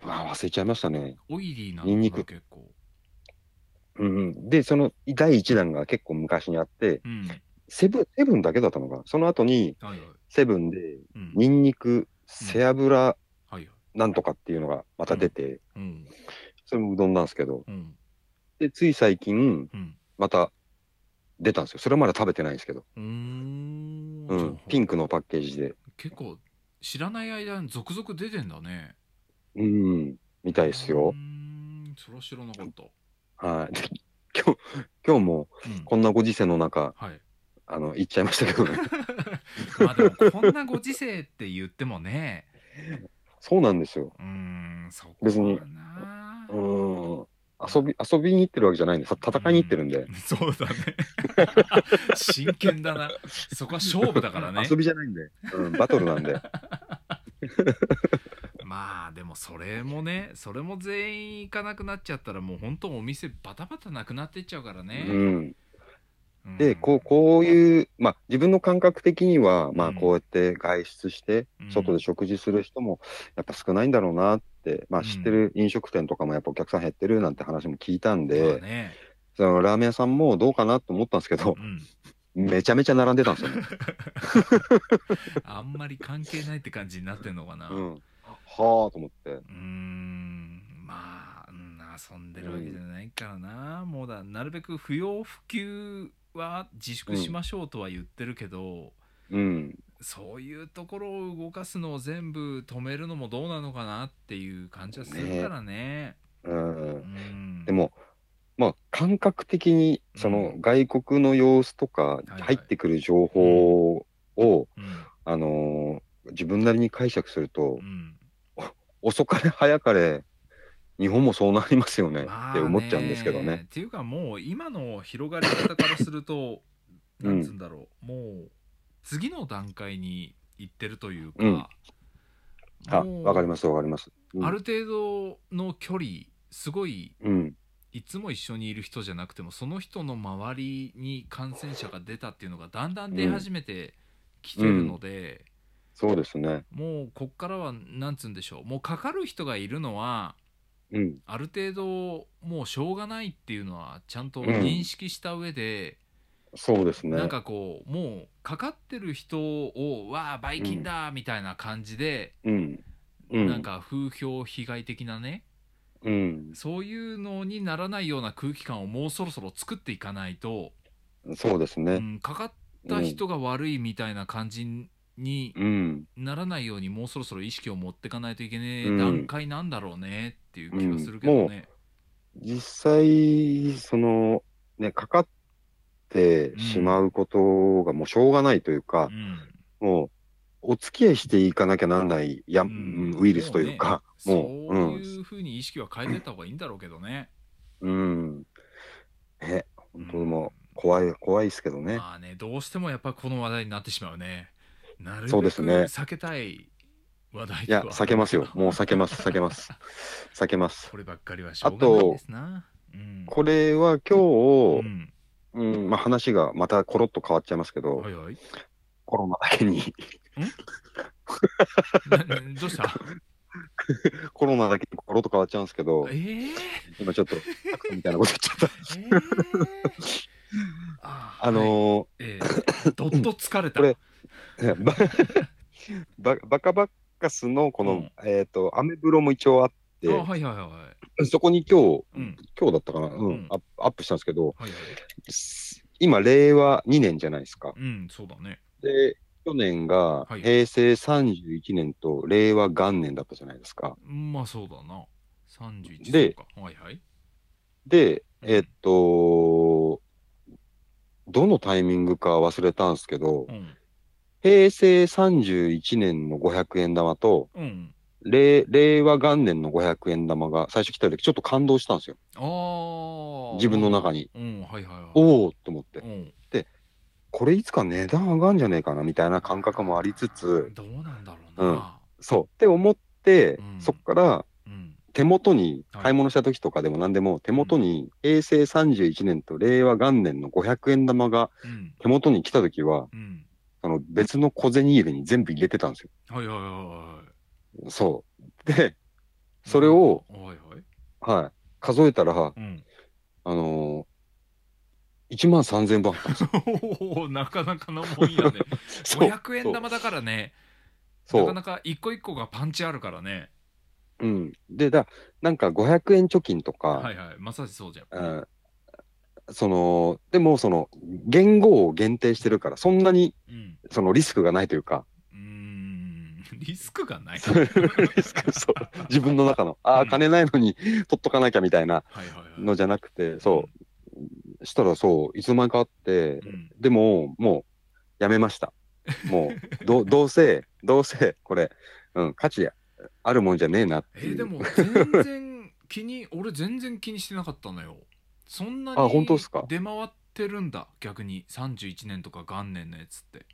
[SPEAKER 2] ああ、忘れちゃいましたね。
[SPEAKER 1] オイリーな
[SPEAKER 2] ニン
[SPEAKER 1] の
[SPEAKER 2] ニ
[SPEAKER 1] かな
[SPEAKER 2] ク
[SPEAKER 1] 結構
[SPEAKER 2] うんうん。で、その第1弾が結構昔にあって、
[SPEAKER 1] うん
[SPEAKER 2] セブン、セブンだけだったのかな。その後に、
[SPEAKER 1] はいはい
[SPEAKER 2] セブンで、
[SPEAKER 1] うん
[SPEAKER 2] ニンニク、背脂、
[SPEAKER 1] はいはい
[SPEAKER 2] なんとかっていうのがまた出て、
[SPEAKER 1] うん
[SPEAKER 2] それもうどんなんですけど、
[SPEAKER 1] うん
[SPEAKER 2] で、つい最近、
[SPEAKER 1] うん
[SPEAKER 2] また出たんですよ。それはまだ食べてないんですけど、
[SPEAKER 1] うーん
[SPEAKER 2] う
[SPEAKER 1] じゃ
[SPEAKER 2] ん
[SPEAKER 1] あ。
[SPEAKER 2] ピンクのパッケージで、
[SPEAKER 1] 結構知らない間に続々出てんだね
[SPEAKER 2] うんうん、みたいですよ
[SPEAKER 1] うー。んそれは知らなかった、う
[SPEAKER 2] はい。で今日、今日も、
[SPEAKER 1] ん、
[SPEAKER 2] こんなご時世の中、
[SPEAKER 1] はい
[SPEAKER 2] あの、言っちゃいましたけ
[SPEAKER 1] (laughs)
[SPEAKER 2] どね。
[SPEAKER 1] まあでもこんなご時世って言ってもね
[SPEAKER 2] そうなんですよ。
[SPEAKER 1] うーんそこ
[SPEAKER 2] 別に
[SPEAKER 1] かな
[SPEAKER 2] うーん。遊び、遊びに行ってるわけじゃないんで、さ戦いに行ってるんで
[SPEAKER 1] う。そうだね真剣だなそこは勝負だからね
[SPEAKER 2] (laughs) 遊びじゃないんで。うん、バトル
[SPEAKER 1] (laughs)
[SPEAKER 2] なんで。
[SPEAKER 1] まあでもそれもねそれも全員行かなくなっちゃったらもう本当お店バタバタなくなってっちゃうから
[SPEAKER 2] う
[SPEAKER 1] ね、
[SPEAKER 2] ん。
[SPEAKER 1] うん
[SPEAKER 2] で、こう、こういう、まあ、自分の感覚的には、
[SPEAKER 1] う
[SPEAKER 2] まあ、
[SPEAKER 1] ん
[SPEAKER 2] こうやって外出して
[SPEAKER 1] うん、
[SPEAKER 2] 外で食事する人も、やっぱ少ないんだろうなって、ま
[SPEAKER 1] う
[SPEAKER 2] あ、
[SPEAKER 1] ん
[SPEAKER 2] 知ってる飲食店とかもやっぱお客さん減ってるなんて話も聞いたん
[SPEAKER 1] そうだ
[SPEAKER 2] で、
[SPEAKER 1] ね、
[SPEAKER 2] そのラーメン屋さんもどうかなと思ったんですけど
[SPEAKER 1] う、ん、
[SPEAKER 2] めちゃめちゃ並んでたんで
[SPEAKER 1] (laughs)
[SPEAKER 2] すよね。
[SPEAKER 1] あんまり関係ないって感じになってんのかな
[SPEAKER 2] う
[SPEAKER 1] うん
[SPEAKER 2] ん。はあと思って。
[SPEAKER 1] ーんまあうん遊んでるわけじゃないからな、もうだなるべく不要不急は自粛しましょうとは言ってるけど、
[SPEAKER 2] うん。
[SPEAKER 1] そういうところを動かすのを全部止めるのもどうなのかなっていう感じはするからね。
[SPEAKER 2] うん
[SPEAKER 1] う。ん
[SPEAKER 2] でも、まあ、感覚的に
[SPEAKER 1] うん
[SPEAKER 2] その外国の様子とか
[SPEAKER 1] はい
[SPEAKER 2] 入ってくる情報を、
[SPEAKER 1] うん
[SPEAKER 2] あのー自分なりに解釈すると
[SPEAKER 1] う、ん
[SPEAKER 2] 遅かれ早かれ日本もそうなりますよね
[SPEAKER 1] まあ
[SPEAKER 2] っ
[SPEAKER 1] ね
[SPEAKER 2] て思っちゃうんですけどね。
[SPEAKER 1] っていうかもう今の広がり方からすると
[SPEAKER 2] (laughs) うん
[SPEAKER 1] なんつうんだろう、もう次の段階に行ってるという
[SPEAKER 2] うん
[SPEAKER 1] か、
[SPEAKER 2] あわかり
[SPEAKER 1] ま
[SPEAKER 2] ますわかります。うん
[SPEAKER 1] ある程度の距離すごい
[SPEAKER 2] うん
[SPEAKER 1] いつも一緒にいる人じゃなくてもその人の周りに感染者が出たっていうのがだんだん出始めてきてるので、
[SPEAKER 2] そうですね。
[SPEAKER 1] もうこっからはなんつうんでしょうもうかかる人がいるのは
[SPEAKER 2] うん。
[SPEAKER 1] ある程度もうしょうがないっていうのはちゃんと認識した上で、
[SPEAKER 2] そうですね。
[SPEAKER 1] なんかこうもうかかってる人を「わあばい菌だ!」みたいな感じで、
[SPEAKER 2] うん。うん
[SPEAKER 1] なんか風評被害的なね
[SPEAKER 2] うん。
[SPEAKER 1] そういうのにならないような空気感をもうそろそろ作っていかないと、
[SPEAKER 2] そうです
[SPEAKER 1] う
[SPEAKER 2] ね。
[SPEAKER 1] ん、かかった人が悪いみたいな感じに
[SPEAKER 2] うん。
[SPEAKER 1] ならないようにもうそろそろ意識を持っていかないといけね
[SPEAKER 2] う
[SPEAKER 1] え
[SPEAKER 2] ん
[SPEAKER 1] 段階なんだろうねっていう気がするけどね。
[SPEAKER 2] 実際、その、ね、かかってしまうことがもうしょうがないというか
[SPEAKER 1] う、ん
[SPEAKER 2] もう、お付き合いしていかなきゃなんない、や、
[SPEAKER 1] うん
[SPEAKER 2] ウイルスというか、も
[SPEAKER 1] そ
[SPEAKER 2] う、
[SPEAKER 1] ういうふうに意識は変えてった方がいいんだろうけどね。
[SPEAKER 2] うん。ね、本当にもう、怖い、怖いですけどね。
[SPEAKER 1] まあね、どうしてもやっぱりこの話題になってしまうね。なるべく
[SPEAKER 2] そうですね
[SPEAKER 1] 避けたい話題
[SPEAKER 2] いや、避けますよ。もう避けます、避
[SPEAKER 1] (laughs)
[SPEAKER 2] けます。避けます
[SPEAKER 1] こ。ればっかりはしょうがないですな。うん
[SPEAKER 2] これは今
[SPEAKER 1] う
[SPEAKER 2] 日、
[SPEAKER 1] ん
[SPEAKER 2] うん、まあ話がまたコロッと変わっちゃいますけど
[SPEAKER 1] は、いはい。
[SPEAKER 2] コロナだけに、 (laughs)
[SPEAKER 1] ななどうした
[SPEAKER 2] コロナだけにコロッと変わっちゃうんですけど
[SPEAKER 1] え、ー、
[SPEAKER 2] 今ちょっと、タクトみたいなこと言っち
[SPEAKER 1] (laughs) え
[SPEAKER 2] ゃった。
[SPEAKER 1] ー、あー
[SPEAKER 2] あの
[SPEAKER 1] はい
[SPEAKER 2] ー
[SPEAKER 1] え
[SPEAKER 2] (laughs)
[SPEAKER 1] ーどっと疲れた。
[SPEAKER 2] これバ
[SPEAKER 1] (laughs)
[SPEAKER 2] ババカバッカスのこの、
[SPEAKER 1] うん
[SPEAKER 2] えっ、と、アメブロも一応あっ
[SPEAKER 1] あ
[SPEAKER 2] て、
[SPEAKER 1] はいはいはいはい。
[SPEAKER 2] そこに今日、
[SPEAKER 1] うん
[SPEAKER 2] 今日だったかな、うん
[SPEAKER 1] うん
[SPEAKER 2] アップ、アップしたんですけど、
[SPEAKER 1] はいはい。
[SPEAKER 2] 今、令和2年じゃないですか。
[SPEAKER 1] うん、そうだね。
[SPEAKER 2] で、去年が
[SPEAKER 1] はい
[SPEAKER 2] 平成31年と令和元年だったじゃないですか。
[SPEAKER 1] まあそうだな。31
[SPEAKER 2] で
[SPEAKER 1] とか。はいはい。
[SPEAKER 2] で、
[SPEAKER 1] うん
[SPEAKER 2] えっと、どのタイミングか忘れたんですけど
[SPEAKER 1] う、ん。
[SPEAKER 2] 平成31年の500円玉と、
[SPEAKER 1] うん。
[SPEAKER 2] 令令和元年の500円玉が最初来た時ちょっと感動したんですよ。
[SPEAKER 1] ああ。
[SPEAKER 2] 自分の中に。
[SPEAKER 1] うん、はいはいはい。
[SPEAKER 2] おおと思って
[SPEAKER 1] う。ん、
[SPEAKER 2] これいつか値段上がんじゃねえかなみたいな感覚もありつつ、
[SPEAKER 1] どうなんだろうな。
[SPEAKER 2] そう。って思って、
[SPEAKER 1] うん
[SPEAKER 2] そっから
[SPEAKER 1] うん。
[SPEAKER 2] 手元に、
[SPEAKER 1] はい
[SPEAKER 2] 買い物した時とかでも何でも、手元に平成31年と令和元年の500円玉が
[SPEAKER 1] うん。
[SPEAKER 2] 手元に来た時は、
[SPEAKER 1] うん。
[SPEAKER 2] あの別の小銭入れに全部入れてたんです
[SPEAKER 1] はいはいはいは
[SPEAKER 2] よ。そう。で、
[SPEAKER 1] い。
[SPEAKER 2] それを、
[SPEAKER 1] うん、はいはい。
[SPEAKER 2] はい、数えたら、
[SPEAKER 1] うん。 (laughs)
[SPEAKER 2] あのー、1万3000本
[SPEAKER 1] (laughs)
[SPEAKER 2] あったんですよ。
[SPEAKER 1] おお、なかなかのもんやね。
[SPEAKER 2] (laughs) そう
[SPEAKER 1] 500円玉だからね。
[SPEAKER 2] そ
[SPEAKER 1] な
[SPEAKER 2] う
[SPEAKER 1] かなか一個一個がパンチあるからね。
[SPEAKER 2] うん。で、だ、なんか500円貯金とか、
[SPEAKER 1] はいはい。まさしそうじゃん。
[SPEAKER 2] うんその、でもその、言語を限定してるから、そんなに
[SPEAKER 1] うん。
[SPEAKER 2] そのリスクがないというか、
[SPEAKER 1] うーん。 (laughs) リスクがない。
[SPEAKER 2] そうリスク、そう、自分の中の、あ
[SPEAKER 1] う
[SPEAKER 2] あ、
[SPEAKER 1] ん
[SPEAKER 2] 金ないのに取っとかなきゃみたいな
[SPEAKER 1] はいはいはい。
[SPEAKER 2] のじゃなくて、そう、したらそう、いつの間にかあって
[SPEAKER 1] う、ん。
[SPEAKER 2] でも、もう、やめました。もう、
[SPEAKER 1] (laughs)
[SPEAKER 2] ど、どうせ、どうせ、これ、うん、価値あるもんじゃねえなっ
[SPEAKER 1] え
[SPEAKER 2] ていう。
[SPEAKER 1] ーでも全然気に (laughs) 俺全然気にしてなかったのよそんな
[SPEAKER 2] あ
[SPEAKER 1] に
[SPEAKER 2] 本当っすか
[SPEAKER 1] 出回ってるんだ逆に31年とか元年のやつって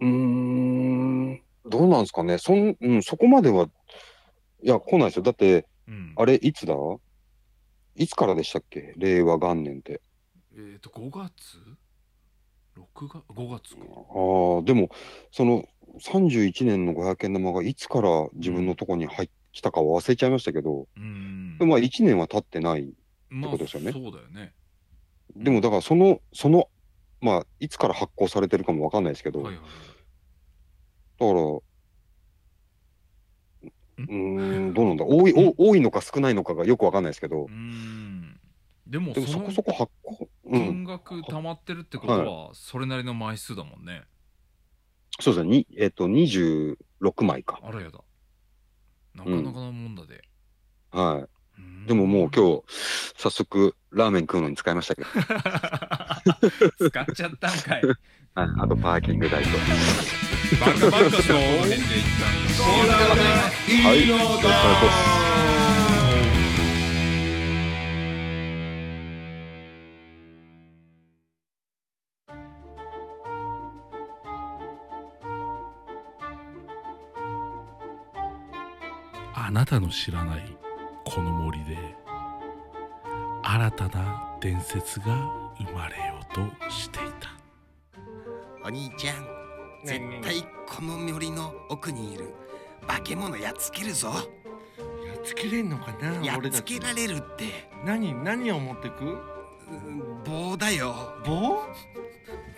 [SPEAKER 2] うーんどうなんですかね。そん、うん、そこまでは、いや、来ないですよ。だって、
[SPEAKER 1] うん
[SPEAKER 2] あれ、いつだいつからでしたっけ令和元年って。
[SPEAKER 1] えっ、と5月6月5月か
[SPEAKER 2] ああ、でも、その、31年の500円玉がいつから自分のとこに入ってきたかは忘れちゃいましたけど、
[SPEAKER 1] うん
[SPEAKER 2] でもまあ1年は経ってない。
[SPEAKER 1] ま
[SPEAKER 2] ってことですよね
[SPEAKER 1] そうだよね
[SPEAKER 2] でも、だからその、その、まあ、いつから発行されてるかもわかんないですけど、
[SPEAKER 1] はいはい
[SPEAKER 2] だ
[SPEAKER 1] はい
[SPEAKER 2] から、うーん、どうなんだ多い、お多いのか少ないのかがよくわかんないですけ
[SPEAKER 1] う、
[SPEAKER 2] ど
[SPEAKER 1] んでも
[SPEAKER 2] でもそ
[SPEAKER 1] そ
[SPEAKER 2] こ
[SPEAKER 1] の
[SPEAKER 2] そこ発行、うん、
[SPEAKER 1] 金額溜まってるってことはそれなりの枚数だもんね
[SPEAKER 2] そうですね、にえっ、と、26枚か。
[SPEAKER 1] あらやだなかなかのもんだで、
[SPEAKER 2] は
[SPEAKER 1] うん
[SPEAKER 2] い。でももう今日、早速、ラーメン食うのに使いましたけど、
[SPEAKER 1] (laughs) 使っちゃったんかい。
[SPEAKER 2] はい、あとパーキング代と。
[SPEAKER 1] バカバカしの応援で一旦
[SPEAKER 2] はい、お疲れ様です。
[SPEAKER 1] あなたの知らないこの森で
[SPEAKER 4] 新たな伝説が生まれようとしていた
[SPEAKER 5] お兄ちゃん絶対この森の奥にいる化け物やっつけるぞ
[SPEAKER 6] やっつけれんのかな
[SPEAKER 5] や
[SPEAKER 6] 俺
[SPEAKER 5] ったつ
[SPEAKER 6] ち
[SPEAKER 5] けられるって
[SPEAKER 6] 何何を持ってく
[SPEAKER 5] うん棒だよ
[SPEAKER 6] 棒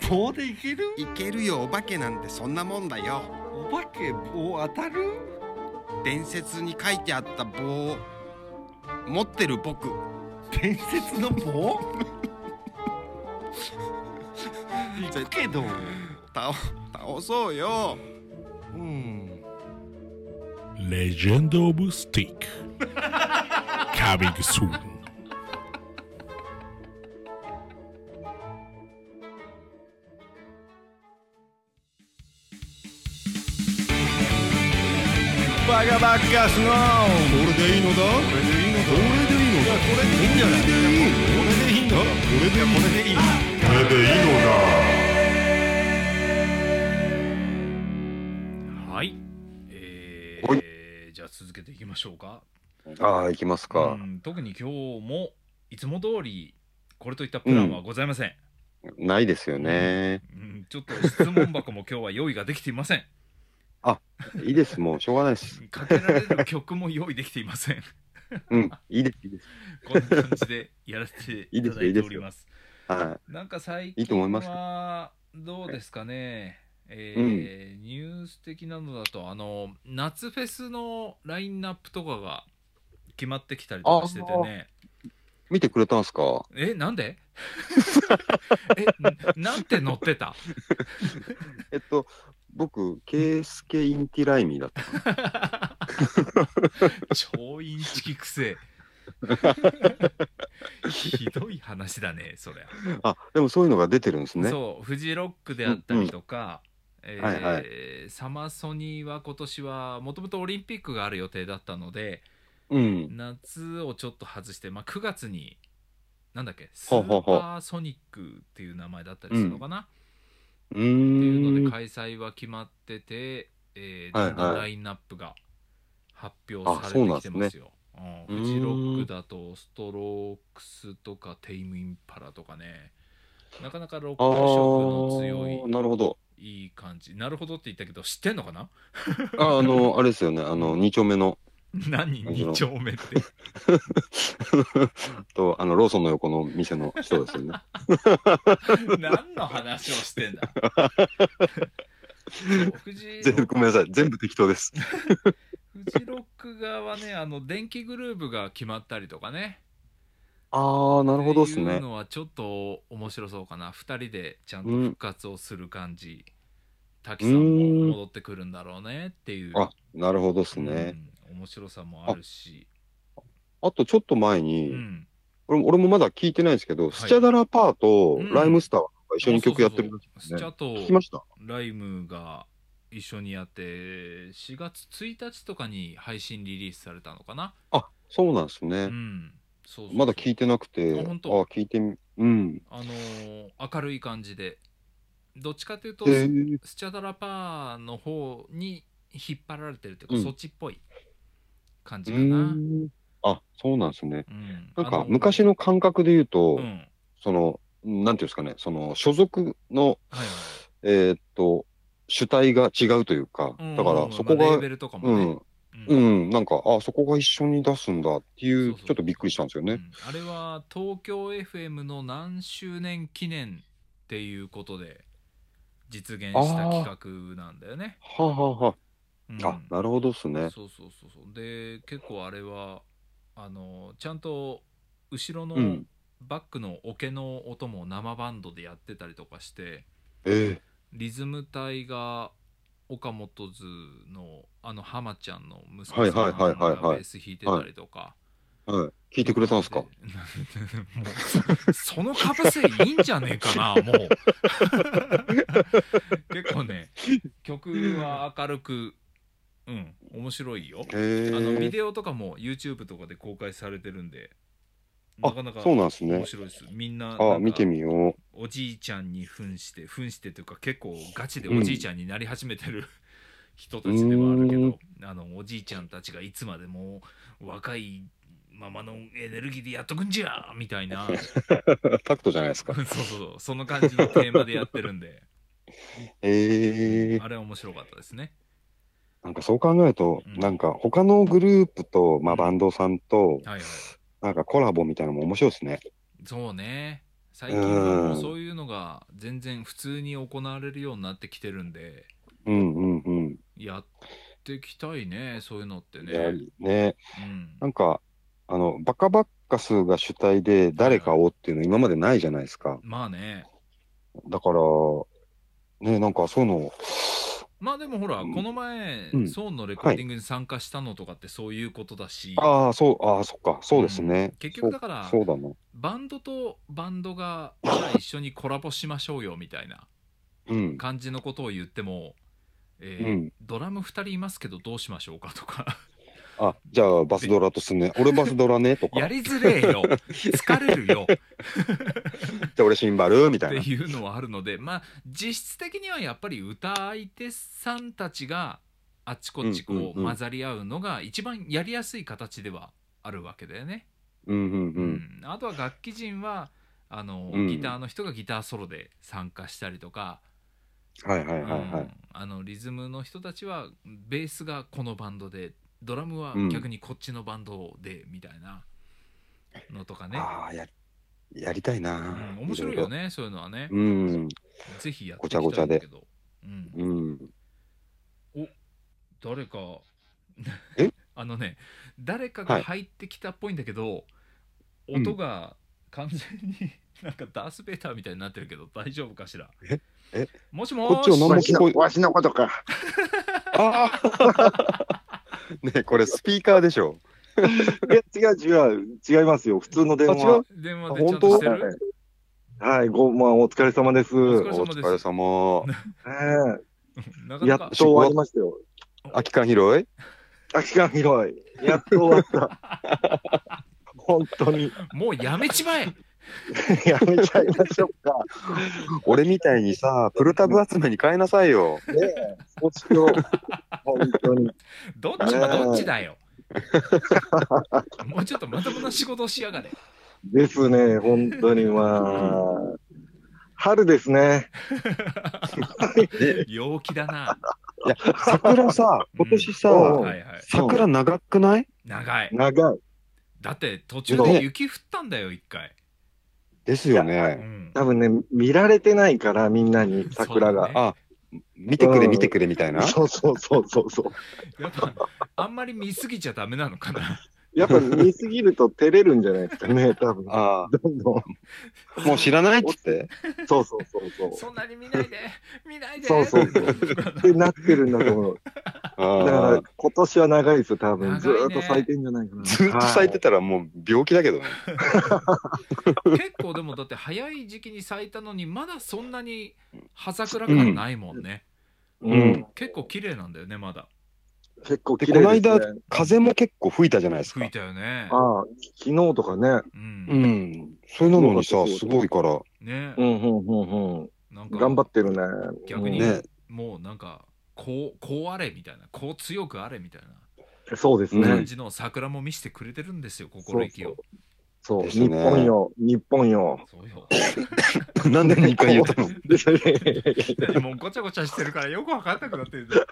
[SPEAKER 6] 棒でいける
[SPEAKER 5] いけるよお化けなんてそんなもんだよ
[SPEAKER 6] お化け棒当たる
[SPEAKER 5] 伝説に書いてあった棒を持ってる僕
[SPEAKER 6] 伝説の棒
[SPEAKER 5] (laughs)
[SPEAKER 6] いくけど
[SPEAKER 5] 倒倒そうよ
[SPEAKER 6] うん
[SPEAKER 4] レジェンド・オブ・スティック Coming soon
[SPEAKER 7] バカバカスのこれでいいのだこれでいいのだこれでいいのだこれでいいんじゃないこれでいいのだこれでいいこれでいいのだ
[SPEAKER 1] はい、えー
[SPEAKER 2] は
[SPEAKER 1] じゃあ続けていきましょうか、
[SPEAKER 2] ああ、行きます
[SPEAKER 1] う
[SPEAKER 2] か。
[SPEAKER 1] ん、特に今日もいつも通りこれといったプランはございません、
[SPEAKER 2] ないですよね。
[SPEAKER 1] うん、ちょっと質問箱も今日は用意ができていません
[SPEAKER 2] いいです、もうしょうがな
[SPEAKER 1] (laughs)
[SPEAKER 2] いです。
[SPEAKER 1] かけられる曲も用意できていません
[SPEAKER 2] うん、いいです、いいです。
[SPEAKER 1] こんな感じでやらせていただいております
[SPEAKER 2] は
[SPEAKER 1] なんか最
[SPEAKER 2] いいと思い
[SPEAKER 1] 近
[SPEAKER 2] ます
[SPEAKER 1] はどうですかね、えーニュース的なのだとあの夏フェスのラインナップとかが決まってきたりとかしててね
[SPEAKER 2] い。見てくれたんすか
[SPEAKER 1] えなん
[SPEAKER 2] (laughs)
[SPEAKER 1] でえなんて載ってた
[SPEAKER 2] えっと、僕、ケースケインティライミーだった。
[SPEAKER 1] 超インチキく
[SPEAKER 2] (laughs)
[SPEAKER 1] せえひどい話だねそれ
[SPEAKER 2] あ、でもそういうのが出てるんですね。
[SPEAKER 1] そうフジロックであったりとか、えー
[SPEAKER 2] はいは
[SPEAKER 1] サマソニーは今年はもともとオリンピックがある予定だったので
[SPEAKER 2] うん。
[SPEAKER 1] 夏をちょっと外して、まあ、9月になんだっけス
[SPEAKER 2] ほうほ
[SPEAKER 1] ー
[SPEAKER 2] うほう
[SPEAKER 1] パーソニックっていう名前だったりするのかな、っ
[SPEAKER 2] うー
[SPEAKER 1] ていうので
[SPEAKER 2] ん。
[SPEAKER 1] 開催は決まってて、えー
[SPEAKER 2] はいはい
[SPEAKER 1] どんどんラインナップが発表されてきてますよ。うん
[SPEAKER 2] う
[SPEAKER 1] フ
[SPEAKER 2] ん
[SPEAKER 1] ジロックだとストロークスとかテイムインパラとかねなかなかロック
[SPEAKER 2] ああ
[SPEAKER 1] 色の強
[SPEAKER 2] ー、
[SPEAKER 1] い
[SPEAKER 2] なるほど。
[SPEAKER 1] いい感じなるほどって言ったけど知ってんのかな
[SPEAKER 2] あ、あの、あれですよね、あの、2丁目の、
[SPEAKER 1] (laughs)
[SPEAKER 2] (laughs)
[SPEAKER 1] 何
[SPEAKER 2] もちろ
[SPEAKER 1] 2
[SPEAKER 2] ん
[SPEAKER 1] 丁目って
[SPEAKER 2] と、あの、ローソンの横の店の人ですよね。
[SPEAKER 1] (laughs) 何の話をしてん (laughs) だそうフジ
[SPEAKER 2] 全部、ごめんなさい、全部適当です。
[SPEAKER 1] フジロック側はねあの電気グルーブが決まったりとかね
[SPEAKER 2] ああ、なるほどです
[SPEAKER 1] っていう
[SPEAKER 2] ね。
[SPEAKER 1] のはちょっと面白そうかな2人でちゃんと復活をする感じ、滝さんも戻ってくるんだろうねっていう
[SPEAKER 2] あ、なるほどですね。
[SPEAKER 1] うん面白さもあるし
[SPEAKER 2] あとちょっと前
[SPEAKER 1] う
[SPEAKER 2] に、
[SPEAKER 1] ん
[SPEAKER 2] 俺も俺もまだ聞いてないんですけど、スチャダラパーと
[SPEAKER 1] うん
[SPEAKER 2] ライムスターが一緒に曲やってる
[SPEAKER 1] そ
[SPEAKER 2] ら
[SPEAKER 1] う
[SPEAKER 2] しい
[SPEAKER 1] そう
[SPEAKER 2] で
[SPEAKER 1] そ
[SPEAKER 2] す
[SPEAKER 1] うス
[SPEAKER 2] ね。
[SPEAKER 1] チャ
[SPEAKER 2] 聞きま
[SPEAKER 1] と
[SPEAKER 2] した
[SPEAKER 1] ライムが一緒にやって4月1日とかに配信リリースされたのかな
[SPEAKER 2] そうなんです
[SPEAKER 1] う
[SPEAKER 2] ね。
[SPEAKER 1] んそうそうそう
[SPEAKER 2] まだ聞いてなくて、
[SPEAKER 1] あ
[SPEAKER 2] あ
[SPEAKER 1] 本当
[SPEAKER 2] 聞いてみ、うん。
[SPEAKER 1] あのー明るい感じでどっちかというと、
[SPEAKER 2] えー、
[SPEAKER 1] スチャダラパーの方に引っ張られてるっていうか、
[SPEAKER 2] うん
[SPEAKER 1] そっちっぽい感
[SPEAKER 2] う
[SPEAKER 1] じかな。うん
[SPEAKER 2] ん。あ、そうなんですね。なん
[SPEAKER 1] あ
[SPEAKER 2] か昔の感覚で言うと、
[SPEAKER 1] うん、はい
[SPEAKER 2] その、なんていうんですかね、その所属の、
[SPEAKER 1] はい、
[SPEAKER 2] えーっと、主体が違うというか、
[SPEAKER 1] うん
[SPEAKER 2] だか
[SPEAKER 1] う
[SPEAKER 2] ら
[SPEAKER 1] ん
[SPEAKER 2] そこ
[SPEAKER 1] まあレ
[SPEAKER 2] が、
[SPEAKER 1] ーベルとか
[SPEAKER 2] う
[SPEAKER 1] もね、
[SPEAKER 2] ん、うん、なんか、あ、そこが一緒に出すんだってい
[SPEAKER 1] そう
[SPEAKER 2] う、
[SPEAKER 1] そう
[SPEAKER 2] ちょっとびっくりしたんですよ
[SPEAKER 1] う
[SPEAKER 2] ね。
[SPEAKER 1] んあれは東京 FM の何周年記念っていうことで実現した企画なんだよね。
[SPEAKER 2] はあはあは
[SPEAKER 1] うん
[SPEAKER 2] あ。あ、なるほどですね。
[SPEAKER 1] そうそうそうそうで結構あれはあのちゃんと後ろの
[SPEAKER 2] うん
[SPEAKER 1] バックの桶の音も生バンドでやってたりとかして
[SPEAKER 2] ええ
[SPEAKER 1] リズム隊が岡本図のあの浜ちゃんの息
[SPEAKER 2] は
[SPEAKER 1] 子
[SPEAKER 2] い
[SPEAKER 1] さ
[SPEAKER 2] はい
[SPEAKER 1] ん
[SPEAKER 2] はいはい
[SPEAKER 1] が
[SPEAKER 2] はい
[SPEAKER 1] ベース弾いてたりとか
[SPEAKER 2] はい。聞いてくれたんですか
[SPEAKER 1] (laughs) もうそのかぶせいいんじゃねえかなもう (laughs) 結構ね曲は明るくうん面白いよ
[SPEAKER 2] へえ
[SPEAKER 1] あのビデオとかも YouTube とかで公開されてるんで、な
[SPEAKER 2] あ
[SPEAKER 1] かなか
[SPEAKER 2] そうなんですね
[SPEAKER 1] 面。白いです。みんな
[SPEAKER 2] あ、
[SPEAKER 1] なん
[SPEAKER 2] 見
[SPEAKER 1] か
[SPEAKER 2] て
[SPEAKER 1] (laughs)
[SPEAKER 2] みよ
[SPEAKER 1] おじいちゃんに扮して、扮してというか結構ガチでおじいちゃんになり始めてる、 (laughs) 人たちではあるけ
[SPEAKER 2] う
[SPEAKER 1] ど、あのおじいちゃんたちがいつまでも若いままのエネルギーでやっとくんじゃみたい
[SPEAKER 2] (laughs)
[SPEAKER 1] な
[SPEAKER 2] タクトじゃないですか。
[SPEAKER 1] そうそうそうその感じのテーマでやってるんで
[SPEAKER 2] えー、
[SPEAKER 1] あれは面白かったですね
[SPEAKER 2] なんかそう考えると、
[SPEAKER 1] うん
[SPEAKER 2] なんか他のグループと、まあ、バンドさんと、
[SPEAKER 1] はいはい
[SPEAKER 2] なんかコラボみたいなのも面白いですね。
[SPEAKER 1] そうね最近はもうそういうのが全然普通に行われるようになってきてるんで
[SPEAKER 2] うんうんうん。
[SPEAKER 1] やっていきたいねそういうのってね、
[SPEAKER 2] ねね
[SPEAKER 1] うん、
[SPEAKER 2] なんか、あの、バカバッカスが主体で誰かをっていうの今までないじゃないですか。
[SPEAKER 1] まあね
[SPEAKER 2] だから、ね、なんかそういうの、
[SPEAKER 1] まあでもほら、
[SPEAKER 2] うん
[SPEAKER 1] この前、
[SPEAKER 2] うん
[SPEAKER 1] ソーンのレコーディングに参加したのとかってそういうことだし、
[SPEAKER 2] ああ、そう、ああ、そっか、そうですね
[SPEAKER 1] うん。結局だから
[SPEAKER 2] そうそうだな。
[SPEAKER 1] バンドとバンドがじゃあ一緒にコラボしましょうよみたいな
[SPEAKER 2] うん。
[SPEAKER 1] 感じのことを言っても、えー
[SPEAKER 2] うん
[SPEAKER 1] ドラム2人いますけどどうしましょうかとか
[SPEAKER 2] あ、じゃあバスドラとすんね。俺バスドラね、と
[SPEAKER 1] (laughs)
[SPEAKER 2] か。
[SPEAKER 1] やりづれえ
[SPEAKER 2] (laughs)
[SPEAKER 1] よ疲れるよ
[SPEAKER 2] じゃあ俺シンバルみ
[SPEAKER 1] ったて (laughs)
[SPEAKER 2] いな。
[SPEAKER 1] いうのはあるのでまあ実質的にはやっぱり歌相手さんたちがあっちこっち
[SPEAKER 2] うんうん
[SPEAKER 1] こ
[SPEAKER 2] う
[SPEAKER 1] うん混ざり合うのが一番やりやすい形ではあるわけだよね。
[SPEAKER 2] うんうんう。
[SPEAKER 1] うんんあとは楽器陣はあの、
[SPEAKER 2] うん
[SPEAKER 1] ギターの人がギターソロで参加したりとか、
[SPEAKER 2] はいはいはいは
[SPEAKER 1] う
[SPEAKER 2] い
[SPEAKER 1] ん。あのリズムの人たちはベースがこのバンドでドラムは
[SPEAKER 2] うん
[SPEAKER 1] 逆にこっちのバンドでみたいなのとかね、
[SPEAKER 2] ああ、やり、やりたいな
[SPEAKER 1] うん、面白いよ。ねそういうのはね
[SPEAKER 2] ろ、ろうん。
[SPEAKER 1] ぜひやっていきたいんだけど。うん
[SPEAKER 2] うん。
[SPEAKER 1] 誰か
[SPEAKER 2] え
[SPEAKER 1] (laughs) あのね誰かが入ってきたっぽいんだけど、
[SPEAKER 2] うん
[SPEAKER 1] 音が完全に (laughs) なんかダース・ベーターみたいになってるけど大丈夫かしら
[SPEAKER 2] ええ
[SPEAKER 1] もしも
[SPEAKER 2] こっちを
[SPEAKER 1] ーし
[SPEAKER 2] 何も
[SPEAKER 3] わし
[SPEAKER 2] 聞こ
[SPEAKER 3] の
[SPEAKER 2] え、
[SPEAKER 3] わしのことか。
[SPEAKER 2] ああ (laughs) ねえこれスピーカーでしょ。
[SPEAKER 8] いや違う違う、違いますよ。普通の電
[SPEAKER 2] あ違
[SPEAKER 8] 話
[SPEAKER 2] う。
[SPEAKER 1] 電話
[SPEAKER 2] あ
[SPEAKER 1] でちゃ
[SPEAKER 2] 本
[SPEAKER 1] んと
[SPEAKER 2] 当
[SPEAKER 1] してる
[SPEAKER 8] はい、ご、まあ、お疲れ様です。
[SPEAKER 1] お
[SPEAKER 8] え
[SPEAKER 1] 疲
[SPEAKER 2] お疲れ様。
[SPEAKER 1] (laughs) な
[SPEAKER 8] え
[SPEAKER 1] か
[SPEAKER 8] や
[SPEAKER 1] なか
[SPEAKER 8] っと終わりましたよ。
[SPEAKER 2] 空き缶広い
[SPEAKER 8] 空き缶広い。やっと終わった。
[SPEAKER 1] (laughs)
[SPEAKER 8] 本当に。
[SPEAKER 1] もうやめちまえ
[SPEAKER 8] やめちゃいましょうか。
[SPEAKER 2] 俺みたいにさ、プルタブ集めに変えなさいよ。
[SPEAKER 8] ねえ、そちを。本当に。
[SPEAKER 1] どっちもどっちだよもうちょっとまともな仕事をしやがれ
[SPEAKER 8] ですね、本当に、まあ。春ですね。
[SPEAKER 1] 陽気だな、
[SPEAKER 2] 桜さ、
[SPEAKER 1] うん
[SPEAKER 2] 今年さ、
[SPEAKER 8] うん
[SPEAKER 1] はいはい
[SPEAKER 2] 桜長くない
[SPEAKER 1] 長い
[SPEAKER 8] 長い。
[SPEAKER 1] だって途中で雪降ったんだよ一回、
[SPEAKER 2] ですよ
[SPEAKER 1] う
[SPEAKER 2] ね。
[SPEAKER 1] ん、
[SPEAKER 8] 多分ね、見られてないから、みんなに桜が。
[SPEAKER 2] あ、見てく
[SPEAKER 8] う
[SPEAKER 2] れ
[SPEAKER 8] ん
[SPEAKER 2] 見てくれみたいな。
[SPEAKER 8] (laughs) そうそうそうそうそう。
[SPEAKER 1] やっぱあんまり見すぎちゃダメなのかな
[SPEAKER 8] やっぱ見すぎると照れるんじゃないですか
[SPEAKER 2] (laughs)
[SPEAKER 8] ね、多分。
[SPEAKER 2] あ
[SPEAKER 8] どんどん。
[SPEAKER 2] あ、もう知らないっつって。
[SPEAKER 8] そうそうそうそう。
[SPEAKER 1] (laughs) そんなに見ないで見ないで
[SPEAKER 8] そうそうそうってなってるんだと思う。だか
[SPEAKER 2] あ
[SPEAKER 8] ら
[SPEAKER 2] あ
[SPEAKER 8] 今年は長いですよ、多分。ず
[SPEAKER 1] 長いね
[SPEAKER 8] ーっと咲いてんじゃないかな。
[SPEAKER 2] ずっと咲いてたらもう病気だけどね。
[SPEAKER 1] 結構でもだって早い時期に咲いたのにまだそんなに葉桜感ないもんね、
[SPEAKER 8] はい。う
[SPEAKER 2] うん
[SPEAKER 8] ん。
[SPEAKER 1] 結構綺麗なんだよねまだ
[SPEAKER 8] 結構綺麗
[SPEAKER 2] でこの
[SPEAKER 8] ですね。
[SPEAKER 2] 風も結構吹いたじゃないです
[SPEAKER 1] 吹
[SPEAKER 2] か
[SPEAKER 1] い。たよね
[SPEAKER 8] ああ、昨日とかね。
[SPEAKER 1] う
[SPEAKER 2] うんん。それなのにさ、すごいから、
[SPEAKER 1] ね
[SPEAKER 8] うん、うん、うん、うん。
[SPEAKER 1] なんか
[SPEAKER 8] 頑張ってるね。
[SPEAKER 1] 逆に
[SPEAKER 8] うん
[SPEAKER 2] ね。
[SPEAKER 1] もうなんかこうこうあれみたいなこう強くあれみたいな
[SPEAKER 8] そうです
[SPEAKER 2] う
[SPEAKER 1] 感
[SPEAKER 8] ね
[SPEAKER 2] ん。
[SPEAKER 1] じの桜も見せてくれてるんですよ心意気を
[SPEAKER 8] そう。
[SPEAKER 2] です
[SPEAKER 8] 日
[SPEAKER 2] ね
[SPEAKER 8] 本よ、日本よ。
[SPEAKER 1] そう
[SPEAKER 8] (laughs)
[SPEAKER 1] よ
[SPEAKER 2] (laughs) なんで2回言ったの
[SPEAKER 1] もうごちゃごちゃしてるからよくわかんなくなってるんだよ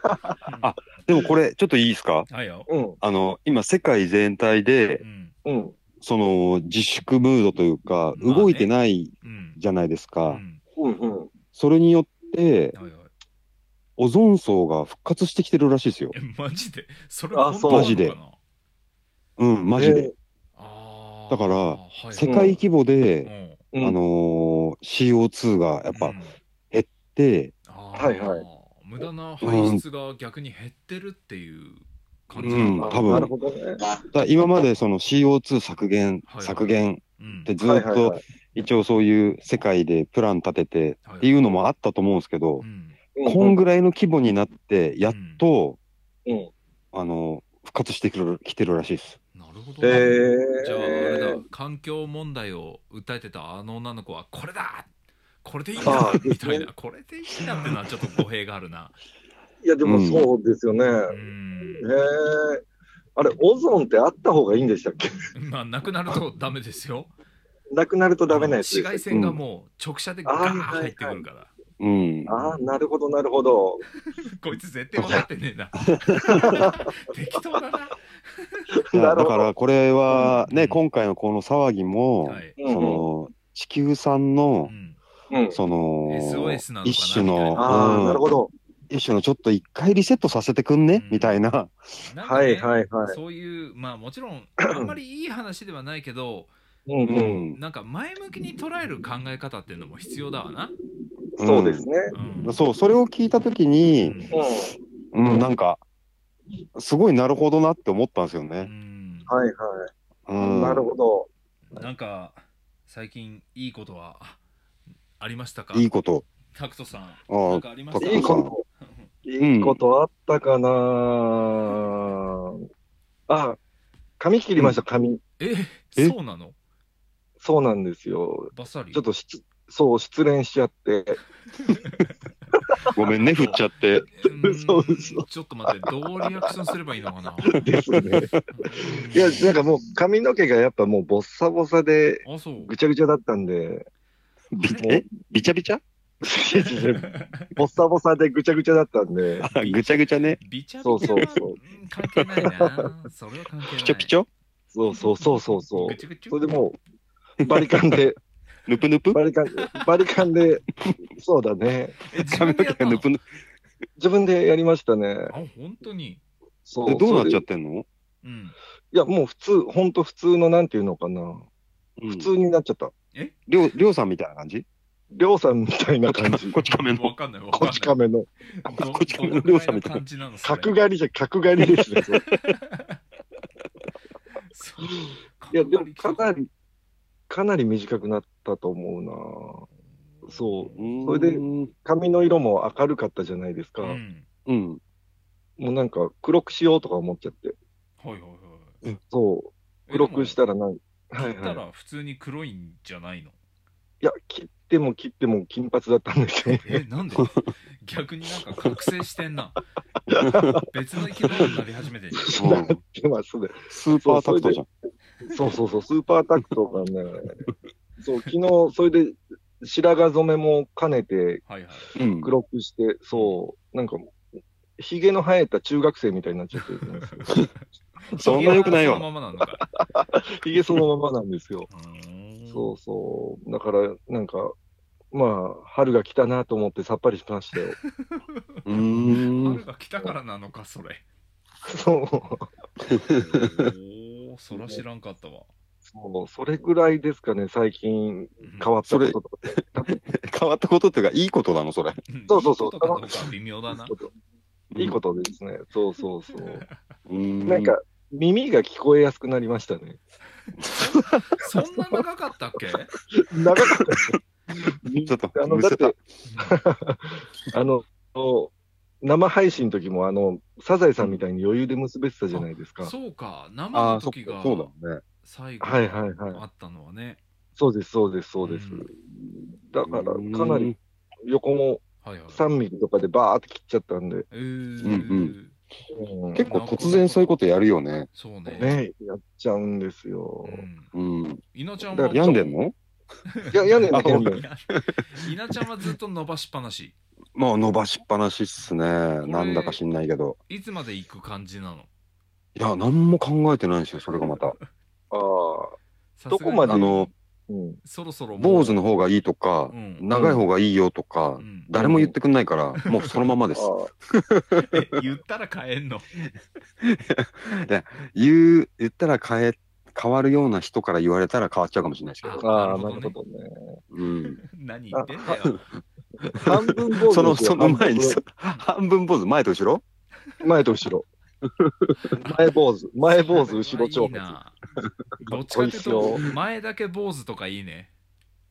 [SPEAKER 2] あでもこれ、ちょっといいですか
[SPEAKER 1] はいよ、
[SPEAKER 8] うん、
[SPEAKER 2] あの、今世界全体で
[SPEAKER 1] う、ん
[SPEAKER 8] うん。
[SPEAKER 2] その自粛ムードというか、
[SPEAKER 1] まあね
[SPEAKER 2] 動いてない
[SPEAKER 1] うん
[SPEAKER 2] じゃないです
[SPEAKER 1] う
[SPEAKER 2] か。
[SPEAKER 1] ん
[SPEAKER 8] うん、うん。
[SPEAKER 2] それによって、
[SPEAKER 1] はいはい
[SPEAKER 2] オゾン層が復活してきてるらしいですよ。
[SPEAKER 1] えマジでそれ
[SPEAKER 8] あ
[SPEAKER 1] 本
[SPEAKER 8] そ
[SPEAKER 1] 当な
[SPEAKER 8] う
[SPEAKER 1] のかな
[SPEAKER 2] うん、マジで。
[SPEAKER 1] あー
[SPEAKER 2] だから
[SPEAKER 1] はいはい
[SPEAKER 2] 世界規模
[SPEAKER 1] う
[SPEAKER 2] で、
[SPEAKER 1] ん
[SPEAKER 8] うん
[SPEAKER 2] あのー CO2 がやっ
[SPEAKER 1] う
[SPEAKER 2] ぱ
[SPEAKER 1] ん
[SPEAKER 2] 減って、
[SPEAKER 1] あー
[SPEAKER 8] はいはい
[SPEAKER 1] 無駄な排出が逆に減ってるっていう感じ
[SPEAKER 2] うん
[SPEAKER 1] の
[SPEAKER 2] 多分
[SPEAKER 8] なるほどね。
[SPEAKER 2] だ今までその CO2 削減、
[SPEAKER 1] はいはい
[SPEAKER 2] 削減
[SPEAKER 1] うん
[SPEAKER 2] ってず
[SPEAKER 8] はい
[SPEAKER 2] っ
[SPEAKER 8] はい
[SPEAKER 2] と
[SPEAKER 8] はい。
[SPEAKER 2] 一応そういう世界でプラン立てて
[SPEAKER 1] は
[SPEAKER 2] っていうのもあったと思うんですけど
[SPEAKER 1] う、ん
[SPEAKER 2] こんぐらいの規模になって、やっと、
[SPEAKER 8] うん
[SPEAKER 2] あのー復活してくる来てるらしいです。
[SPEAKER 1] なるほど
[SPEAKER 8] え
[SPEAKER 1] ね、
[SPEAKER 8] ー
[SPEAKER 1] じゃああれだ環境問題を訴えてたあの女の子はこれだこれでいいんだ
[SPEAKER 8] あー
[SPEAKER 1] みたいなこれでいいんだってのはちょっと語弊があるな
[SPEAKER 8] いや、でもそうですよね。
[SPEAKER 1] うん
[SPEAKER 8] へえ。あれ、オゾンってあった方がいいんでしたっけ (laughs)
[SPEAKER 1] まあ、なくなるとダメですよ。
[SPEAKER 8] なくなるとダメなやつ
[SPEAKER 1] 紫
[SPEAKER 8] でし
[SPEAKER 1] 外
[SPEAKER 8] たっけ。
[SPEAKER 1] 線がもう直射でガーッ入ってくるから。
[SPEAKER 2] うん。
[SPEAKER 8] ああ、なるほど、なるほど。
[SPEAKER 1] こいつ絶対分かってねえな。 (laughs) 適当だな。
[SPEAKER 2] いや
[SPEAKER 8] なる
[SPEAKER 2] だ
[SPEAKER 8] ほ
[SPEAKER 2] か
[SPEAKER 8] ど。
[SPEAKER 2] らこれは
[SPEAKER 1] う
[SPEAKER 2] ね、
[SPEAKER 1] ん
[SPEAKER 2] 今回のこの騒ぎも、
[SPEAKER 1] はい。
[SPEAKER 8] うん
[SPEAKER 2] その地球産の
[SPEAKER 1] う、ん。
[SPEAKER 8] うん。
[SPEAKER 2] その
[SPEAKER 1] SOS なのかな
[SPEAKER 2] 一種
[SPEAKER 1] みたい
[SPEAKER 2] の
[SPEAKER 1] な
[SPEAKER 8] ああ、
[SPEAKER 2] うん
[SPEAKER 8] なるほど。
[SPEAKER 2] 一種のちょっと一回リセットさせてくんね、
[SPEAKER 1] うん
[SPEAKER 2] みたいな。
[SPEAKER 1] なんか
[SPEAKER 8] は
[SPEAKER 1] ね
[SPEAKER 8] いはいはい。
[SPEAKER 1] そういう、まあもちろん、あんまりいい話ではないけど、
[SPEAKER 8] うんうん。
[SPEAKER 1] なんか前向きに捉える考え方っていうのも必要だわな。
[SPEAKER 8] そうですね。
[SPEAKER 1] うん
[SPEAKER 2] うんそう、それを聞いたときに、
[SPEAKER 8] うん。
[SPEAKER 2] うん、なんか、すごいなるほどなって思ったんですよ
[SPEAKER 1] う
[SPEAKER 2] ね。
[SPEAKER 1] ん
[SPEAKER 8] はいはい。
[SPEAKER 2] うん、
[SPEAKER 8] なるほど。
[SPEAKER 1] なんか、最近いいことはありましたか
[SPEAKER 2] いいこと。
[SPEAKER 1] タクトさん。
[SPEAKER 2] ああ
[SPEAKER 1] なんかありました
[SPEAKER 2] タ
[SPEAKER 8] いい
[SPEAKER 2] クトさん
[SPEAKER 8] こと。いいことあったかな、あ、髪切りました、髪。
[SPEAKER 1] え
[SPEAKER 2] え
[SPEAKER 1] そうなの
[SPEAKER 8] そうなんですよ。
[SPEAKER 1] バッサリ。
[SPEAKER 8] ちょっとしつ、そう、失恋しちゃって。
[SPEAKER 2] ごめんね、振っちゃって。
[SPEAKER 1] うん
[SPEAKER 8] そうそう
[SPEAKER 1] ちょっと待って、どうリアクションすればいいのかな。
[SPEAKER 8] ですね。いや、なんかもう髪の毛がやっぱもうボッサボサで、
[SPEAKER 1] あ、そう。
[SPEAKER 8] ぐちゃぐちゃだった
[SPEAKER 2] (laughs)
[SPEAKER 8] んで、
[SPEAKER 2] びえびちゃびちゃ
[SPEAKER 8] ボッサボサでぐちゃぐちゃだったんで、
[SPEAKER 2] あぐちゃぐちゃね。
[SPEAKER 1] びちゃびちゃは
[SPEAKER 8] そうそうそう
[SPEAKER 1] うん関係ないな。それは関係ない。
[SPEAKER 2] ピチョピチョ
[SPEAKER 8] そうそうそうそうそ
[SPEAKER 1] ぐ
[SPEAKER 8] う。
[SPEAKER 1] ちゅぐちゅ
[SPEAKER 8] それでもう、バリカンで、
[SPEAKER 2] ぬぷぬぷ
[SPEAKER 8] バリカン、バリカンで、そうだね。
[SPEAKER 1] え自
[SPEAKER 2] 髪
[SPEAKER 1] 分で
[SPEAKER 2] の
[SPEAKER 1] やっ
[SPEAKER 2] 毛
[SPEAKER 1] た
[SPEAKER 2] が
[SPEAKER 1] の
[SPEAKER 2] ぬぷぬ
[SPEAKER 8] 自分でやりましたね。
[SPEAKER 1] あ、本当に。
[SPEAKER 8] そ
[SPEAKER 2] ぷ。
[SPEAKER 8] う。
[SPEAKER 2] どうなっちゃ
[SPEAKER 8] それ
[SPEAKER 2] ってんの
[SPEAKER 1] うん。
[SPEAKER 8] いや、もう普通、ほんと普通の、なんていうのかな。
[SPEAKER 2] 普
[SPEAKER 8] 普通になっちゃった。
[SPEAKER 2] りょう、りょうさんみたいな感じ
[SPEAKER 8] りょうさんみたいな感
[SPEAKER 2] (laughs)
[SPEAKER 8] じ。
[SPEAKER 2] こっち亀の。
[SPEAKER 1] わかんない、わかん
[SPEAKER 8] こ
[SPEAKER 1] ない。
[SPEAKER 8] ち亀の。
[SPEAKER 1] ど
[SPEAKER 2] こっち亀
[SPEAKER 1] ど
[SPEAKER 2] の
[SPEAKER 1] のく
[SPEAKER 2] 両者
[SPEAKER 1] らいの
[SPEAKER 2] みたいな
[SPEAKER 1] 感じなのそれ
[SPEAKER 8] 角刈りじゃ角刈りですね。それ
[SPEAKER 1] そう
[SPEAKER 8] いや、でもかなり、かなり短くなったと思うな。そう。それで
[SPEAKER 2] うん。
[SPEAKER 8] 髪の色も明るかったじゃないですか。
[SPEAKER 1] うん。
[SPEAKER 2] うん。
[SPEAKER 8] もうなんか黒くしようとか思っちゃって。
[SPEAKER 1] はいはいはい。
[SPEAKER 8] そう。黒くし
[SPEAKER 1] ら。
[SPEAKER 8] たらなんはい
[SPEAKER 1] 切った
[SPEAKER 8] はい。
[SPEAKER 1] ら普通に黒いんじゃないの
[SPEAKER 8] いや、切っても切っても金髪だったんですよね。
[SPEAKER 1] え、
[SPEAKER 8] (laughs)
[SPEAKER 1] なんで逆になんか覚醒してんな。別の生き物になり始めてる。
[SPEAKER 2] うん
[SPEAKER 8] でまあそうで
[SPEAKER 2] スーパータクトじゃん。
[SPEAKER 1] (laughs)
[SPEAKER 8] そうそうそう、スーパータクトがね、そう、昨日、それで白髪染めも兼ねて
[SPEAKER 1] はいはい。
[SPEAKER 2] うん
[SPEAKER 8] 黒くして、そう、なんか、ひげの生えた中学生みたいになっちゃってるん
[SPEAKER 1] (laughs)
[SPEAKER 8] ですよ。
[SPEAKER 2] (laughs) そんな良くない
[SPEAKER 1] その
[SPEAKER 2] よ。
[SPEAKER 1] ままなのか。
[SPEAKER 8] ひげそのままなんですよ。
[SPEAKER 1] うーん
[SPEAKER 8] そうそう。だから、なんか、まあ、春が来たなと思ってさっぱりしましたよ。
[SPEAKER 2] うーん
[SPEAKER 1] 春。が来たからなのか、そ
[SPEAKER 2] (laughs)
[SPEAKER 1] れ。
[SPEAKER 8] そう。
[SPEAKER 1] おお、そら知らんかった
[SPEAKER 2] (laughs)
[SPEAKER 1] わ。
[SPEAKER 8] そう、それぐらいですかね、最近変わったこととか。
[SPEAKER 2] 変わったことっていうか、いいことなの、それ。
[SPEAKER 1] うん
[SPEAKER 8] そうそうそう
[SPEAKER 1] いいことかどうか微妙
[SPEAKER 2] (laughs)
[SPEAKER 1] だな。
[SPEAKER 8] いいことですね。そうそうそう。
[SPEAKER 2] うーん。
[SPEAKER 8] なんか、耳が聞こえやすくなりましたね。
[SPEAKER 1] そんな長かったっけ
[SPEAKER 2] (laughs)
[SPEAKER 8] 長かった
[SPEAKER 2] ちょっと
[SPEAKER 8] (laughs) あ、の、
[SPEAKER 2] む
[SPEAKER 8] だっ
[SPEAKER 2] せた
[SPEAKER 8] て。、あの、生配信の時も、あの、サザエさんみたいに余裕で結べてたじゃないですか。
[SPEAKER 1] そうか、生
[SPEAKER 2] あ
[SPEAKER 1] の
[SPEAKER 2] あ、そっ
[SPEAKER 1] 時が
[SPEAKER 2] か、そうだね。
[SPEAKER 1] 最後
[SPEAKER 8] はいはいはい。
[SPEAKER 1] あったのはね。
[SPEAKER 8] そうです、そうです、そうです。
[SPEAKER 1] うん
[SPEAKER 8] だから、かなり横も
[SPEAKER 1] はいはい。
[SPEAKER 8] 3ミリとかでバーって切っちゃったんで、
[SPEAKER 1] えー
[SPEAKER 2] うんうん
[SPEAKER 8] うん
[SPEAKER 2] 結構突然そういうことやるよね。
[SPEAKER 1] そうね。
[SPEAKER 8] ね、やっちゃうんですよ
[SPEAKER 1] う。ん。
[SPEAKER 2] うん。
[SPEAKER 1] 稲ちゃん
[SPEAKER 8] だ
[SPEAKER 1] は
[SPEAKER 8] から
[SPEAKER 2] 病んでんの
[SPEAKER 8] いや、屋根の
[SPEAKER 2] あ
[SPEAKER 8] 件で
[SPEAKER 1] い。や (laughs) 稲ちゃんはずっと伸ばしっぱなし。
[SPEAKER 2] まあ伸ばしっぱなしっすね。なんだか知んないけど。
[SPEAKER 1] いつまで行く感じなの
[SPEAKER 2] いや、何も考えてないんですよ、それがまた。
[SPEAKER 8] ああ、
[SPEAKER 1] さすが
[SPEAKER 8] ど
[SPEAKER 1] に
[SPEAKER 8] こまで
[SPEAKER 2] あの、
[SPEAKER 8] うん。
[SPEAKER 1] そろそろもう
[SPEAKER 2] 坊主の方がいいとか
[SPEAKER 1] う、ん
[SPEAKER 2] 長い方がいいよとか
[SPEAKER 1] う、ん
[SPEAKER 2] 誰も言ってくんないから、もうそのままです。
[SPEAKER 8] あ
[SPEAKER 1] え (laughs) 言ったら変えんの。
[SPEAKER 2] (laughs) 言う、言ったら変え、変わるような人から言われたら変わっちゃうかもしれないですけど。
[SPEAKER 8] あああ、
[SPEAKER 1] な
[SPEAKER 8] な
[SPEAKER 1] る
[SPEAKER 8] る
[SPEAKER 1] ほ
[SPEAKER 8] ほ
[SPEAKER 1] ど
[SPEAKER 8] どね。
[SPEAKER 2] うん。
[SPEAKER 1] 何言ってんだよ。
[SPEAKER 8] 半分坊主
[SPEAKER 2] その、
[SPEAKER 8] ですよ
[SPEAKER 2] その前に、
[SPEAKER 8] 半
[SPEAKER 2] そ
[SPEAKER 8] 分
[SPEAKER 2] 半分坊主、前と後ろ
[SPEAKER 8] 前と後ろ。前坊主、前坊主、後
[SPEAKER 1] (laughs)
[SPEAKER 8] ろ
[SPEAKER 1] い
[SPEAKER 8] 長
[SPEAKER 1] い
[SPEAKER 8] 髪。
[SPEAKER 1] な。どっちかっていう
[SPEAKER 8] こといっす
[SPEAKER 1] 前だけ坊主とかいいね。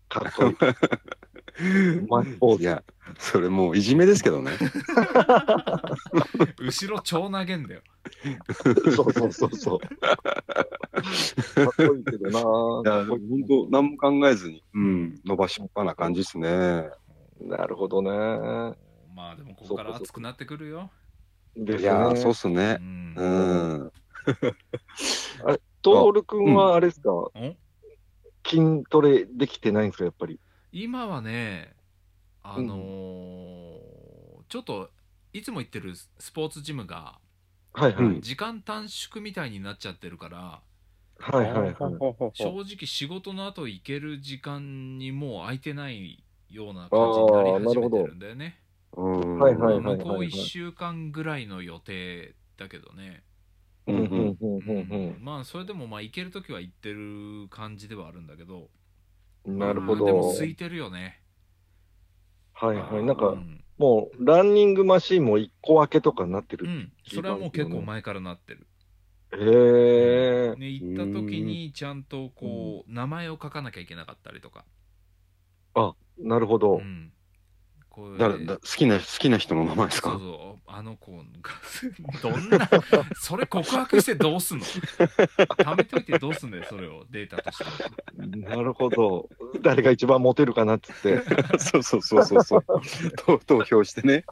[SPEAKER 8] かっこいい。前坊
[SPEAKER 2] い
[SPEAKER 8] 主。
[SPEAKER 2] や、それもういじめですけどね。
[SPEAKER 1] 後ろ超投げんだよ。 (laughs)
[SPEAKER 8] そうそうそうそう。かっこいいけどなぁ。
[SPEAKER 2] いや、
[SPEAKER 8] かっこいい
[SPEAKER 2] 本当、何も考えずに、うん、伸ばしっぱな感じですね。
[SPEAKER 8] なるほどね。
[SPEAKER 1] まあでもここから暑くなってくるよ。
[SPEAKER 8] ですね。
[SPEAKER 2] いや、そうっすね
[SPEAKER 1] う。ん
[SPEAKER 2] うん。
[SPEAKER 8] トールくんはあれですか、
[SPEAKER 1] ん
[SPEAKER 8] 筋トレできてないんですか、やっぱり。
[SPEAKER 1] 今はねあのーちょっといつも行ってるスポーツジムが
[SPEAKER 8] はいはい。
[SPEAKER 2] うん
[SPEAKER 1] 時間短縮みたいになっちゃってるから、
[SPEAKER 8] はいはいはい。
[SPEAKER 1] 正直仕事の後行ける時間にもう空いてないような
[SPEAKER 8] あ
[SPEAKER 1] 感じになり
[SPEAKER 8] ーな
[SPEAKER 1] 始
[SPEAKER 8] る
[SPEAKER 1] めて
[SPEAKER 8] ほど
[SPEAKER 1] るんだよね。
[SPEAKER 2] うん
[SPEAKER 8] はいはい
[SPEAKER 1] 向こう1
[SPEAKER 8] はい
[SPEAKER 1] 週間ぐらいの予定だけどね、
[SPEAKER 8] う
[SPEAKER 2] うんん
[SPEAKER 8] う
[SPEAKER 2] うん
[SPEAKER 8] んうん
[SPEAKER 1] まあそれでもまあ行ける時は行ってる感じではあるんだけど
[SPEAKER 8] うん。なる
[SPEAKER 1] ま
[SPEAKER 8] ほ
[SPEAKER 1] あでも
[SPEAKER 8] ど。
[SPEAKER 1] 空いてるよね。
[SPEAKER 8] はいはい。なん
[SPEAKER 1] う
[SPEAKER 8] か、
[SPEAKER 1] ん
[SPEAKER 8] もう、ランニングマシーンも一個分けとかになって
[SPEAKER 1] う
[SPEAKER 8] る。
[SPEAKER 1] ん、それはもう結構前からなってる。
[SPEAKER 8] へえ。
[SPEAKER 1] ね、行った時にちゃんとこう、名前を書かなきゃいけなかったりとか、
[SPEAKER 8] なるほ
[SPEAKER 1] う
[SPEAKER 8] ど。
[SPEAKER 1] ん、こう
[SPEAKER 2] 誰だ好きな好きな人の名前です
[SPEAKER 1] そ
[SPEAKER 2] か
[SPEAKER 1] うそうあの子がどんなそれ告白してどうすんの貯めといてどうすんだよそれをデータとして
[SPEAKER 8] なるほど。 (laughs) 誰が一番モテるかなっつって。
[SPEAKER 2] そう (laughs) そうそうそうそう投投票してね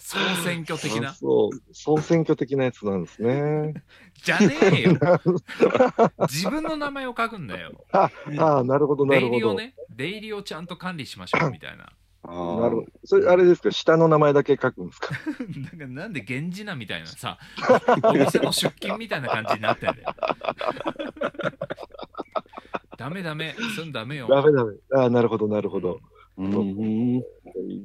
[SPEAKER 1] 総選挙 (laughs) 的
[SPEAKER 8] あ
[SPEAKER 1] な
[SPEAKER 8] そう。総選挙的なやつなんですね。
[SPEAKER 1] じゃねえよ自分の名前を書くんだよ
[SPEAKER 8] ああ、なるほど、な
[SPEAKER 1] 出入
[SPEAKER 8] るほ
[SPEAKER 1] り
[SPEAKER 8] ど。
[SPEAKER 1] を
[SPEAKER 8] なる
[SPEAKER 1] ね出入りをちゃんと管理しましょうみたいな
[SPEAKER 2] なる
[SPEAKER 8] ほど。それ、あれですか、下の名前だけ書く
[SPEAKER 1] (laughs)
[SPEAKER 8] んですか。
[SPEAKER 1] なんかなんで源氏名みたいなさお店の出勤みたいな感じになってんだよダメダメすんダメよ
[SPEAKER 8] ダメダメ。ああ、なるほど、なるほど。
[SPEAKER 2] うん
[SPEAKER 8] い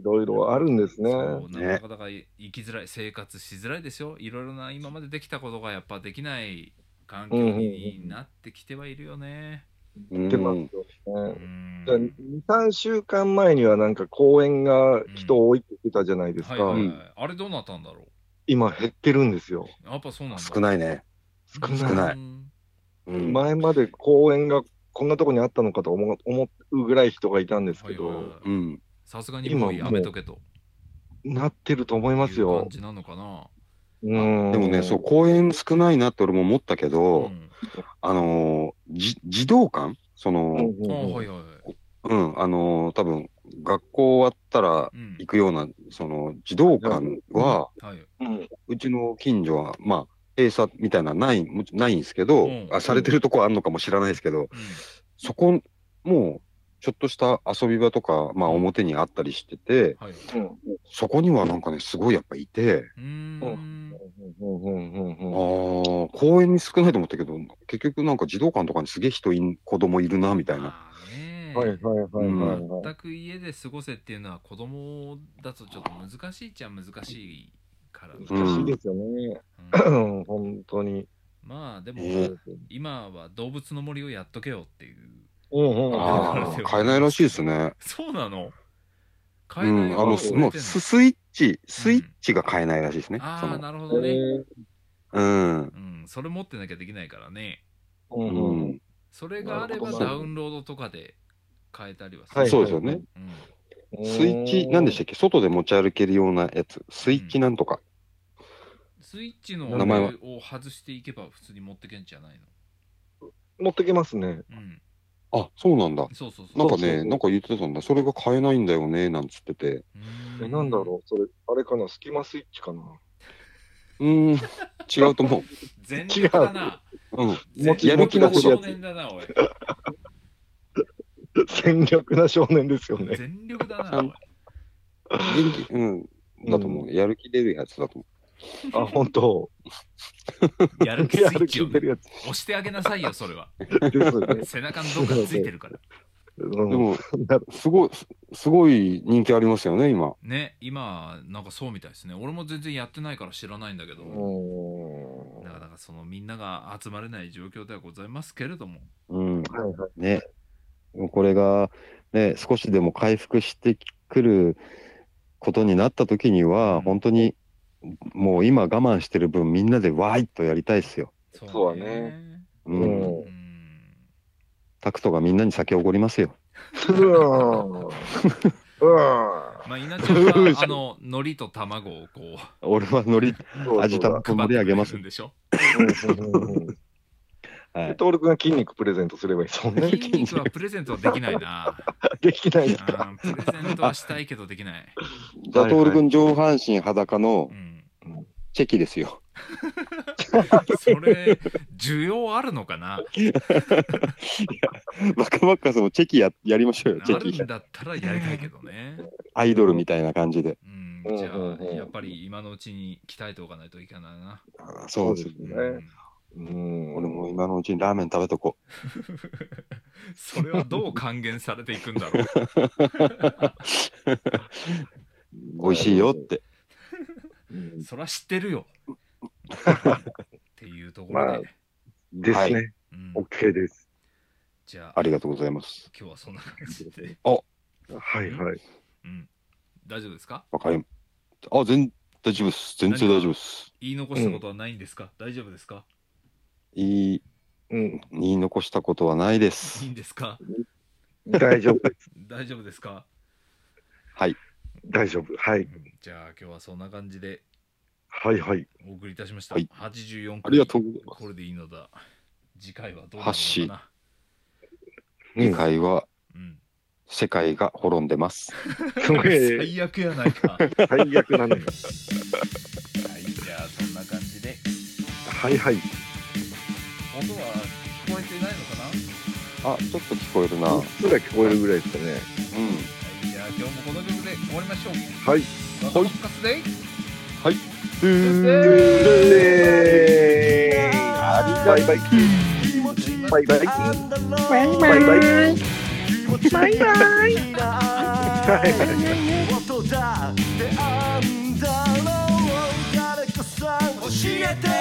[SPEAKER 8] ろいろあるんですね。
[SPEAKER 1] そう
[SPEAKER 2] ね
[SPEAKER 1] なかなか生きづらい生活しづらいですよいろいろな今までできたことがやっぱできない環境になってきてはいるよね
[SPEAKER 2] うん
[SPEAKER 8] 出ますよね。
[SPEAKER 1] うん
[SPEAKER 8] 2、3週間前にはなんか公園が人を置いてきたじゃないです
[SPEAKER 1] は
[SPEAKER 8] か。
[SPEAKER 1] いはいはい
[SPEAKER 2] うん
[SPEAKER 1] あれどうなったんだろ
[SPEAKER 8] 今減ってるんですよ。
[SPEAKER 1] うやっぱそうなんだ
[SPEAKER 2] 少ないね
[SPEAKER 8] 少ない
[SPEAKER 2] 少ない
[SPEAKER 1] うん
[SPEAKER 2] うん
[SPEAKER 8] 前まで公園がこんなとこにあったのかと思う思うぐらい人がいたんですけど、
[SPEAKER 1] はいはいはい
[SPEAKER 2] うん
[SPEAKER 1] さすがにもうやめとけと
[SPEAKER 8] なってると思います
[SPEAKER 1] いう
[SPEAKER 8] よ
[SPEAKER 1] 感。じなのかな
[SPEAKER 8] うん
[SPEAKER 2] でもね、そう、公園少ないなって俺も思ったけど、
[SPEAKER 1] うん
[SPEAKER 2] あのーじ、児童館その、
[SPEAKER 1] あ
[SPEAKER 8] うん
[SPEAKER 1] はいはいはい
[SPEAKER 2] うん、あのー多分、学校終わったら
[SPEAKER 1] うん
[SPEAKER 2] 行くような、その、児童館は、
[SPEAKER 1] はい
[SPEAKER 2] うんうちの近所は、まあ、閉鎖みたいなのはない、もちないんですけど、
[SPEAKER 1] うん
[SPEAKER 2] あ、されてるとこあんのかも知らないですけど、そこ、もう、ちょっとした遊び場とか、まあ、表にあったりしてて、
[SPEAKER 1] はい
[SPEAKER 2] そこにはなんかね、すごいやっぱいて、
[SPEAKER 1] うーん
[SPEAKER 2] あ
[SPEAKER 8] うんうんうんうんうん
[SPEAKER 2] ー公園に少ないと思ったけど、結局なんか児童館とかにすげえ人いん、子供いるな、みたいな。
[SPEAKER 1] まあね
[SPEAKER 8] はいはいはいはいはい。
[SPEAKER 1] 全く家で過ごせっていうのは子供だとちょっと難しいっちゃ難しいからね、
[SPEAKER 8] 難しいですよね。
[SPEAKER 1] うん
[SPEAKER 8] うん本当に。
[SPEAKER 1] まあでも、
[SPEAKER 2] ね
[SPEAKER 1] 今は動物の森をやっとけよっていう
[SPEAKER 8] うんうん
[SPEAKER 1] あ
[SPEAKER 2] あ
[SPEAKER 1] ー
[SPEAKER 2] あ、買えないらしいですね。
[SPEAKER 1] そうなの
[SPEAKER 2] う
[SPEAKER 1] 買えない
[SPEAKER 2] ん、あの、すもうス、スイッチ、スイッチが買えないらしいですね。
[SPEAKER 1] あ
[SPEAKER 2] そ
[SPEAKER 1] あー
[SPEAKER 2] の、
[SPEAKER 1] なるほ
[SPEAKER 8] う
[SPEAKER 1] どね、
[SPEAKER 8] ん
[SPEAKER 2] うん、
[SPEAKER 1] うん、それ持ってなきゃできないからね
[SPEAKER 8] う
[SPEAKER 2] うん
[SPEAKER 8] うん
[SPEAKER 2] ん、
[SPEAKER 1] それがあれば
[SPEAKER 8] なるほど
[SPEAKER 1] ダウンロードとかで買えたりはす
[SPEAKER 8] はい
[SPEAKER 2] そうですよね。
[SPEAKER 1] うん
[SPEAKER 2] スイッチ、なんでしたっけ外で持ち歩けるようなやつ。スイッチなんとか。
[SPEAKER 1] スイッチの
[SPEAKER 2] 名前は
[SPEAKER 1] を外していけば普通に持ってけんじゃない
[SPEAKER 8] 持ってきますね。
[SPEAKER 1] のうん
[SPEAKER 2] あ、そうなんだ。
[SPEAKER 1] そうそうそう
[SPEAKER 2] なんか
[SPEAKER 8] そうそう
[SPEAKER 2] ね、なんか言ってたんだ。それが買えないんだよね、なんつって (laughs) て。
[SPEAKER 1] う
[SPEAKER 8] え、なんだろうそれ、あれかなスキマスイッチかな (laughs)
[SPEAKER 2] うーん、違うと思
[SPEAKER 1] 全力だな
[SPEAKER 2] う。うん。
[SPEAKER 1] 全
[SPEAKER 2] やる気が
[SPEAKER 1] 力
[SPEAKER 2] す
[SPEAKER 1] の
[SPEAKER 2] るや
[SPEAKER 1] 少
[SPEAKER 2] つ
[SPEAKER 1] 年だなおい
[SPEAKER 8] 戦略な少年ですよね。
[SPEAKER 1] 全力だなおい (laughs)
[SPEAKER 2] 元気、うん。だと思う。やる気出るやつだと思
[SPEAKER 8] (laughs) あ、本当。
[SPEAKER 1] や
[SPEAKER 8] (laughs)
[SPEAKER 1] る気スイ
[SPEAKER 8] や
[SPEAKER 1] ッ
[SPEAKER 8] る気
[SPEAKER 1] チを
[SPEAKER 8] 出るやつ
[SPEAKER 1] 押してあげなさいよそれは
[SPEAKER 8] ですね。
[SPEAKER 1] 背中のどっかついてるから
[SPEAKER 8] う
[SPEAKER 2] う。
[SPEAKER 8] ん
[SPEAKER 2] でも、
[SPEAKER 8] なる
[SPEAKER 2] すごい、すすごい人気ありますよね、今。
[SPEAKER 1] ね今なんかそうみたいですね俺も全然やってないから知らないんだけど、
[SPEAKER 8] うん
[SPEAKER 1] なかなかそのみんなが集まれない状況ではございますけれども
[SPEAKER 2] うん。
[SPEAKER 8] はいはい
[SPEAKER 2] ね、これが、ね、少しでも回復してくることになった時に
[SPEAKER 1] う
[SPEAKER 2] は、
[SPEAKER 1] ん
[SPEAKER 2] 本当にもう今我慢してる分みんなでわーいっとやりたいですよ。
[SPEAKER 1] そ
[SPEAKER 8] そうだね
[SPEAKER 2] う、
[SPEAKER 8] うんん
[SPEAKER 1] うん
[SPEAKER 2] タクトがみんなに酒おごりますよ。
[SPEAKER 8] うん。
[SPEAKER 1] まあ稲ちゃんはあの海苔と卵をこ
[SPEAKER 2] 俺は乗り、
[SPEAKER 8] (laughs)
[SPEAKER 2] 味
[SPEAKER 8] た
[SPEAKER 2] 玉
[SPEAKER 8] ら
[SPEAKER 1] う
[SPEAKER 2] 盛り上げます
[SPEAKER 1] (laughs) 配ってくれるん。でし (laughs) ょ
[SPEAKER 2] は
[SPEAKER 8] で、
[SPEAKER 2] い、
[SPEAKER 8] トール君が筋肉プレゼントすればいいですもんね。
[SPEAKER 1] 筋肉はプレゼントはできないな、
[SPEAKER 8] (laughs) できないですか。
[SPEAKER 1] うん、プレゼントはしたいけどできない、
[SPEAKER 2] じゃあ、トール君上半身裸の
[SPEAKER 1] うん、
[SPEAKER 2] チェキですよ。 (laughs)
[SPEAKER 1] それ需要あるのかな
[SPEAKER 2] バカバッカスもチェキややりましょうよ、チ
[SPEAKER 1] あ
[SPEAKER 2] ェ
[SPEAKER 1] る
[SPEAKER 2] キ。
[SPEAKER 1] んだったらやりたいけどね、
[SPEAKER 2] アイドルみたいな感じで。
[SPEAKER 1] うん
[SPEAKER 8] うん、
[SPEAKER 1] じゃ
[SPEAKER 8] うん
[SPEAKER 1] あ
[SPEAKER 8] うん
[SPEAKER 1] やっぱり今のうちに鍛えておかないといけないな、
[SPEAKER 2] そうですね。
[SPEAKER 1] うん
[SPEAKER 8] うん、
[SPEAKER 2] 俺も今のうちにラーメン食べとこ
[SPEAKER 1] それはどう還元されていくんだろう
[SPEAKER 2] う。美味しいよって。 (laughs)
[SPEAKER 8] うん
[SPEAKER 1] そら知ってるよっていうところで、
[SPEAKER 8] まあです
[SPEAKER 2] は
[SPEAKER 8] ね。
[SPEAKER 1] うん
[SPEAKER 8] オッ OK です。
[SPEAKER 1] じゃあ
[SPEAKER 2] ありがとうございます。
[SPEAKER 1] 今日はそんな感じで、
[SPEAKER 8] はいはい。
[SPEAKER 1] うん、大丈夫ですか
[SPEAKER 2] わかりん。あ、全、大丈夫です。全然大丈夫です。
[SPEAKER 1] 言い残したことはないんですか、大丈夫ですか
[SPEAKER 2] 言い、
[SPEAKER 8] うん、
[SPEAKER 2] 言い残したことはないで
[SPEAKER 1] いい
[SPEAKER 2] す。
[SPEAKER 1] んですか
[SPEAKER 8] 大丈夫です。
[SPEAKER 1] 大丈夫ですか、
[SPEAKER 8] 大丈夫。は
[SPEAKER 1] う
[SPEAKER 8] い。
[SPEAKER 1] んじゃあ今日はそんな感じで
[SPEAKER 8] はいはい。
[SPEAKER 1] お送りいたしました、
[SPEAKER 2] はい
[SPEAKER 1] 84回
[SPEAKER 2] ありがとうございます
[SPEAKER 1] これでいいのだ次回はどうなるのかな
[SPEAKER 2] ハッシー
[SPEAKER 8] うん
[SPEAKER 2] 次回は、
[SPEAKER 1] うん、
[SPEAKER 2] 世界が滅んでます。
[SPEAKER 8] すごい、
[SPEAKER 1] 最悪やないかはい
[SPEAKER 8] 最悪なのよ。
[SPEAKER 1] じゃあそんな感じで
[SPEAKER 8] はいはい。
[SPEAKER 1] 音は聞こえてないのかな
[SPEAKER 2] あ、ちょっと聞こえるな。
[SPEAKER 8] う
[SPEAKER 2] う
[SPEAKER 8] っ
[SPEAKER 2] ん。
[SPEAKER 8] すら聞こえるぐらいですかね。
[SPEAKER 1] はいじゃあ今日もこの曲で終わりましょう
[SPEAKER 8] はい。
[SPEAKER 1] バカボッカスで
[SPEAKER 8] でーバイバイ。バイバ
[SPEAKER 3] バイバイ
[SPEAKER 8] イ。バイバ
[SPEAKER 3] バイバイ
[SPEAKER 8] はいはい。
[SPEAKER 9] 音だってあんだろう誰かさん教えてよ